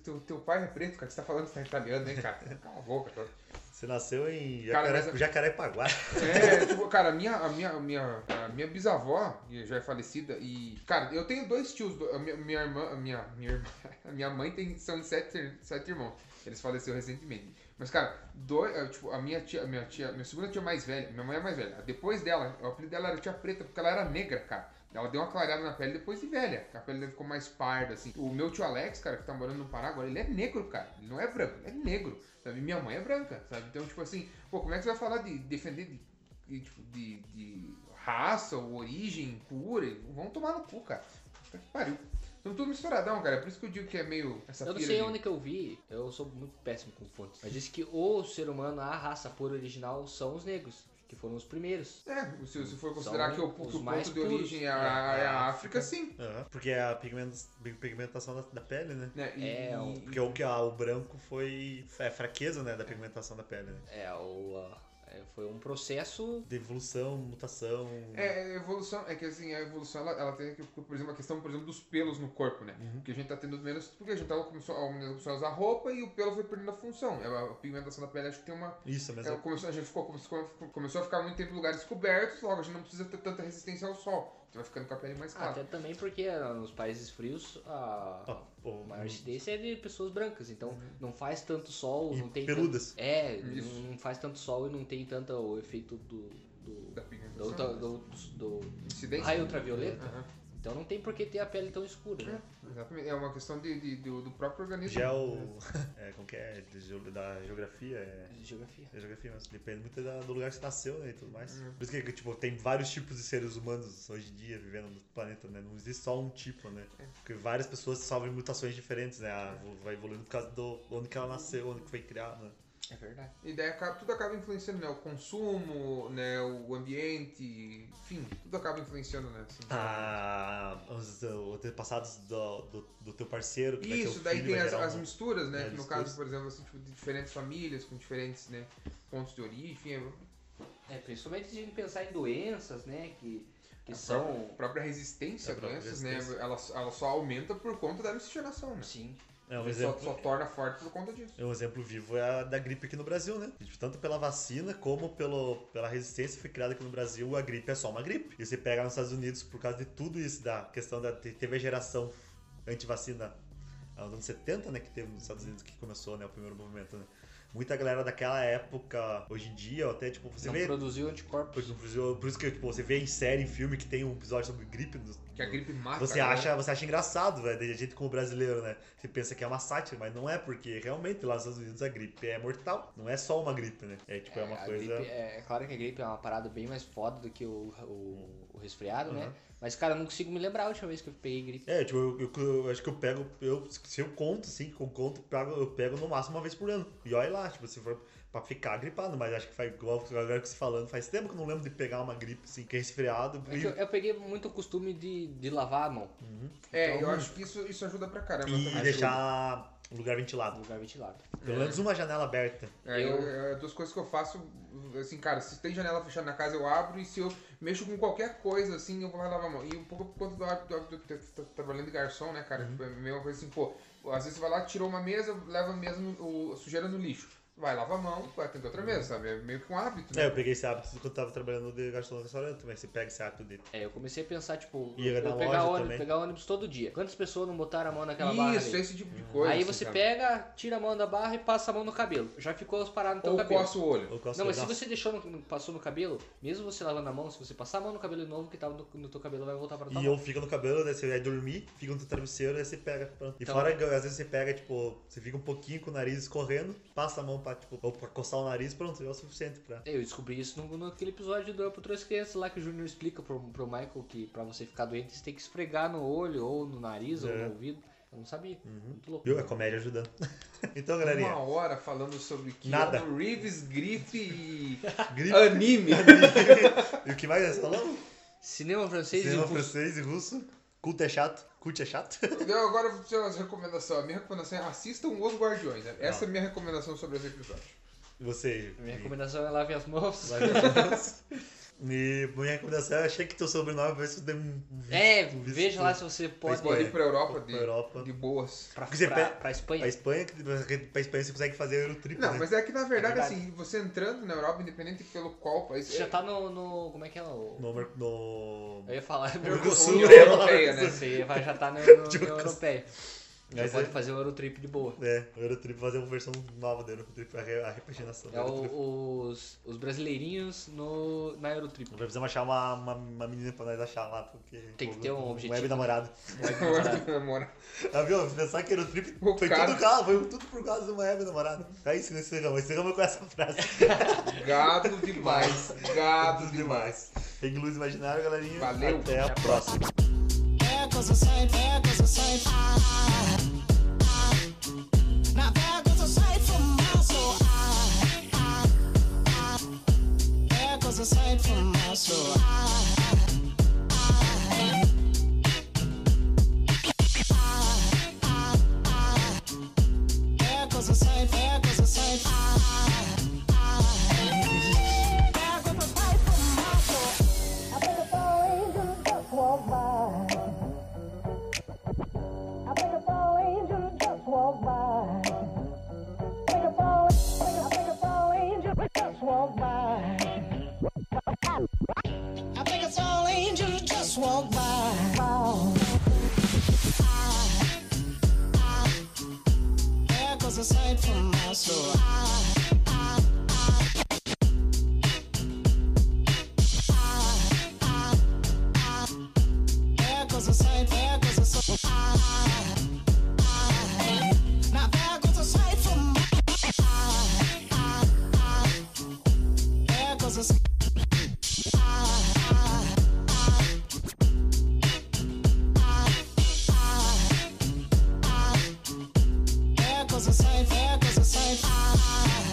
S3: teu, teu pai é preto, cara. Você tá falando que você tá italiano, hein, cara? Cala a boca, cara.
S2: você nasceu em
S3: Cara,
S2: Jacaré,
S3: mas-
S2: Jacarepaguá.
S3: É, tipo, cara, a minha, a minha, a minha, a minha bisavó que já é falecida e. Cara, eu tenho dois tios. do- a minha, minha irmã. A minha, minha, irmã- a minha mãe tem. São sete, sete irmãos. Eles faleceram recentemente. Mas, cara, dois, eh, tipo, a minha tia, a minha tia, minha segunda tia mais velha, minha mãe é mais velha. Depois dela, o apelido dela era tia preta, porque ela era negra, cara. Ela deu uma clareada na pele depois de velha. que A pele dele ficou mais parda, assim. O meu tio Alex, cara, que tá morando no Pará agora, ele é negro, cara. Ele não é branco, ele é negro. Sabe? Minha mãe é branca, sabe? Então, tipo assim, pô, como é que você vai falar de defender de, de, tipo, de, de raça ou origem pura? Vão tomar no cu, cara. Puta que pariu. Estamos tudo misturadão, cara. Por isso que eu digo que é meio. Essa
S1: Eu não
S3: pira
S1: sei
S3: de-
S1: onde que eu vi, eu sou muito péssimo com fontes, mas disse que o ser humano, a raça pura original, são os negros, que foram os primeiros.
S3: É, se, se for considerar que o,
S1: os
S3: que o ponto
S1: mais
S3: de
S1: puros.
S3: origem é a,
S2: É,
S3: é a
S2: é a
S3: África,
S2: África.
S3: sim.
S2: Aham. Porque é a pigmenta- pigmentação da, da pele, né?
S3: Né? E-
S1: É,
S3: e-
S2: Porque o, que- ah, o branco foi é, fraqueza, né? Da pigmentação da pele, né?
S1: É, o, a- é, foi um processo.
S2: De evolução, mutação.
S3: É, é, evolução, é que assim, a evolução ela, ela tem, que- por exemplo, a questão, por exemplo, dos pelos no corpo, né?
S2: Uhum.
S3: Que a gente tá tendo menos, porque a gente tava começou, a humanidade começou a usar roupa e o pelo foi perdendo a função. É, A, a pigmentação da pele acho que tem uma.
S2: Isso, mas
S1: É
S3: ela começou, a gente ficou, começou, começou a ficar muito tempo em lugares cobertos, logo a gente não precisa ter tanta resistência ao sol. Você vai ficando com a pele mais
S2: Ah.
S3: clara.
S1: Até também porque ah, nos países frios a
S2: ó, o-
S1: maior incidência é de pessoas brancas, então não faz tanto sol,
S2: Uhum. E
S1: não tem. tanto-
S2: peludas.
S1: É,
S3: Isso.
S1: não faz tanto sol e não tem tanto o efeito do. do.
S3: da
S1: do,
S3: pigmentação.
S1: do, do- do-
S3: Incidência.
S1: raio ultravioleta.
S3: Aham.
S1: Então não tem por que ter a pele tão escura, né?
S3: Exatamente. É uma questão de, de- do, do próprio organismo.
S2: Gel. É, como que é? De geo- da geografia. É...
S1: De Geografia.
S2: é geografia, mas depende muito da- do lugar que você nasceu, né, e tudo mais.
S3: Uhum.
S2: Por isso que, tipo, tem vários tipos de seres humanos hoje em dia vivendo no planeta, né? Não existe só um tipo, né?
S3: É.
S2: Porque várias pessoas sofrem mutações diferentes, né? Ah, vo- vai evoluindo por causa do onde que ela nasceu, onde que foi criada. né?
S3: É verdade. E daí acaba- tudo acaba influenciando, né? O consumo, né? O ambiente, enfim, tudo acaba influenciando, né? assim.
S2: Ah, os antepassados do, do, do teu parceiro, que vai ter
S3: Isso,
S2: o
S3: daí
S2: filho,
S3: tem
S2: vai
S3: as,
S2: gerar
S3: as
S2: um-
S3: misturas, né?
S2: é,
S3: que no
S2: misturas.
S3: caso, por exemplo, assim, tipo, de diferentes famílias, com diferentes né, pontos de origem, enfim, é-
S1: É, principalmente se a gente pensar em doenças, né? Que, que
S2: Ah,
S3: A
S1: são.
S3: a própria resistência
S2: A
S3: a
S2: própria
S3: doenças,
S2: resistência.
S3: né? Ela, ela só aumenta por conta da miscigenação, né?
S1: Sim.
S2: É, um
S3: só,
S2: exemplo,
S3: só torna forte por conta disso.
S2: um exemplo vivo é a da gripe aqui no Brasil, né? Tipo, tanto pela vacina como pelo, pela resistência que foi criada aqui no Brasil, a gripe é só uma gripe. E você pega nos Estados Unidos, por causa de tudo isso, da questão da te- teve a geração antivacina ah, nos anos 70, né? Que teve nos Estados Unidos que começou, né? O primeiro movimento, né? Muita galera daquela época, hoje em dia, até tipo, você
S1: não
S2: vê.
S1: produziu
S2: Por
S1: anticorpos.
S2: isso- por isso- por isso que tipo, você vê em série, em filme, que tem um episódio sobre gripe. no-
S3: Que a gripe mata.
S2: Você
S3: né?
S2: acha, você acha engraçado, velho, da gente como brasileiro, né? Você pensa que é uma sátira, mas não é, porque realmente lá nos Estados Unidos a gripe é mortal. Não é só uma gripe, né? É tipo, é, uma
S1: a
S2: coisa.
S1: gripe- é, é claro que a gripe é uma parada bem mais foda do que o, o, o resfriado,
S2: Uhum.
S1: né? Mas, cara, eu não consigo me lembrar a última vez que eu peguei gripe.
S2: É, tipo, eu, eu- eu acho que eu pego, eu, se eu conto, sim, que eu conto, eu pego- eu pego no máximo uma vez por ano. E olha lá, tipo, se for pra ficar gripado, mas acho que faz igual agora que você falando, faz tempo que eu não lembro de pegar uma gripe, assim, que é resfriado.
S1: É
S2: e-
S1: que eu, eu peguei muito o costume de, de lavar a mão
S2: Uhum.
S3: É,
S1: Então,
S3: eu acho que isso, isso ajuda pra caramba.
S2: E
S3: também.
S2: deixar o lugar
S1: no
S2: ventilado.
S1: lugar ventilado.
S2: Pelo menos uma janela aberta.
S3: É,
S1: Eu-
S3: eu- é duas coisas que eu faço, assim, cara, se tem janela fechada na casa, eu abro e se eu mexo com qualquer coisa, assim, eu vou lá lavar a mão. E um pouco por conta do hábito do hábito de estar trabalhando de garçom, né,
S2: Uhum.
S3: cara? Tipo, é a mesma coisa assim, pô, às vezes você vai lá, tirou uma mesa, leva a mesa, no- o, a sujeira no lixo. Vai, lava a mão, vai tentar outra mesa, sabe? É meio que um hábito,
S2: É,
S3: né?
S2: eu peguei esse hábito quando tava trabalhando de garçom no restaurante também. Você pega esse hábito de.
S1: É, eu comecei a pensar, tipo,
S2: Ia
S1: eu
S2: na
S1: pegar
S2: loja
S1: ônibus,
S2: também.
S1: pegar ônibus todo dia. Quantas pessoas não botaram a mão naquela barra?
S3: Isso,
S1: ali?
S3: esse tipo de coisa.
S1: Aí
S3: assim,
S1: você
S3: sabe?
S1: pega, tira a mão da barra e passa a mão no cabelo. Já ficou as paradas no teu
S3: Ou
S1: cabelo.
S3: coça o olho.
S2: Eu gosto
S1: Não,
S2: de-
S1: mas se
S2: Nossa,
S1: você deixou no, no- passou no cabelo, mesmo você lavando a mão, se você passar a mão no cabelo de novo, o que tava no, no teu cabelo vai voltar pra tua
S2: E
S1: mão.
S2: eu fico no cabelo, daí você vai dormir, fica no teu travesseiro, daí você pega. pronto. E
S1: Então-
S2: fora que às vezes você pega, tipo, você fica um pouquinho com o nariz escorrendo, passa a mão pra, tipo, ou pra coçar o nariz, pronto, é o suficiente pra.
S1: Eu descobri isso no, naquele episódio do Eu Três Crianças lá que o Júnior explica pro, pro Michael que pra você ficar doente você tem que esfregar no olho, ou no nariz, ou
S2: É.
S1: no ouvido. Eu não sabia. Muito louco.
S2: Viu? É comédia ajudando. então, galerinha,
S3: Uma hora falando sobre Keanu
S2: Nada.
S3: Reeves, gripe e
S2: gripe.
S3: anime.
S2: e o que mais nós falamos?
S1: Cinema francês
S2: Cinema
S1: e russo.
S2: francês e russo. Culto é chato. Culto é chato.
S3: Eu agora vou fazer umas recomendações. A minha recomendação é assistam Os Guardiões. né? Essa é a minha recomendação sobre esse episódio.
S2: E você.
S1: Minha
S2: e-
S1: recomendação é lave as mãos.
S2: Vai ver. E minha recomendação, eu achei que teu sobrenome vai ser um.
S1: É,
S2: um-
S1: veja lá se você pode.
S2: Pois
S3: Pode
S2: é.
S1: Pra,
S3: ir pra Europa
S2: Pra
S3: de,
S2: Europa.
S3: de boas.
S2: Porque você
S1: pra,
S2: pe-
S1: pra Espanha.
S2: Pra Espanha, que- pra Espanha você consegue fazer o triplo.
S3: Não,
S2: né?
S3: mas é que na verdade,
S1: É verdade.
S3: assim, você entrando na Europa, independente pelo qual país.
S1: Você já tá no, no- Como é que é? O...
S2: No, mer- no...
S1: Eu ia falar.
S2: Mercosul,
S1: União
S2: eu ia falar
S1: Europeia, né?
S2: Mercosul.
S1: Você ia- já tá na União
S2: Mercosul.
S1: Europeia. Já
S2: Mas
S1: pode
S2: é-
S1: fazer o Eurotrip de boa.
S2: É, o Eurotrip fazer uma versão nova do Eurotrip, a, re- a repaginação do
S1: É
S2: Eurotrip.
S1: o- os, os brasileirinhos no, na Eurotrip.
S2: Vai precisar achar uma, uma, uma menina pra nós achar lá, porque.
S1: Tem que ter um objetivo.
S2: Web namorado.
S3: Namora-
S2: Ah, viu? Pensar que Eurotrip
S3: O
S2: foi
S3: cara-
S2: tudo causa, foi tudo por causa de uma web namorada. É isso que nós encerramos. Encerramos com essa frase.
S3: Gado demais. Gado
S2: Tudo
S3: demais.
S2: demais. Tem luz imaginária, galerinha.
S3: Valeu.
S2: Até a próxima.
S5: Echoes the same, echoes the same. Ah, ah, ah. Now there goes a sight from my soul. Ah, ah, ah. Echoes the sight from my soul. Ah, ah, ah. Ah, ah, ah. Echoes the same, echoes the same. Ah, ah, ah. There goes a sight from my soul. I think it's all angels just walk by. I think a fall angel just walked by. Think a fall, think a, think a fall angel just walked by. I think a fall angel just walked by. Wow. Ah, ah. There goes a sight from my soul. Ah, ah, ah. Ah, ah, ah. There goes a sight, there goes a soul. Now there goes a sight from my ah, ah. There goes a s- ah, ah, ah. Ah, ah, ah. There goes a sight, there goes a sight. Ah,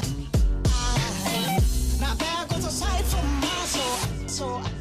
S5: ah. Now there goes a sight from my soul, soul.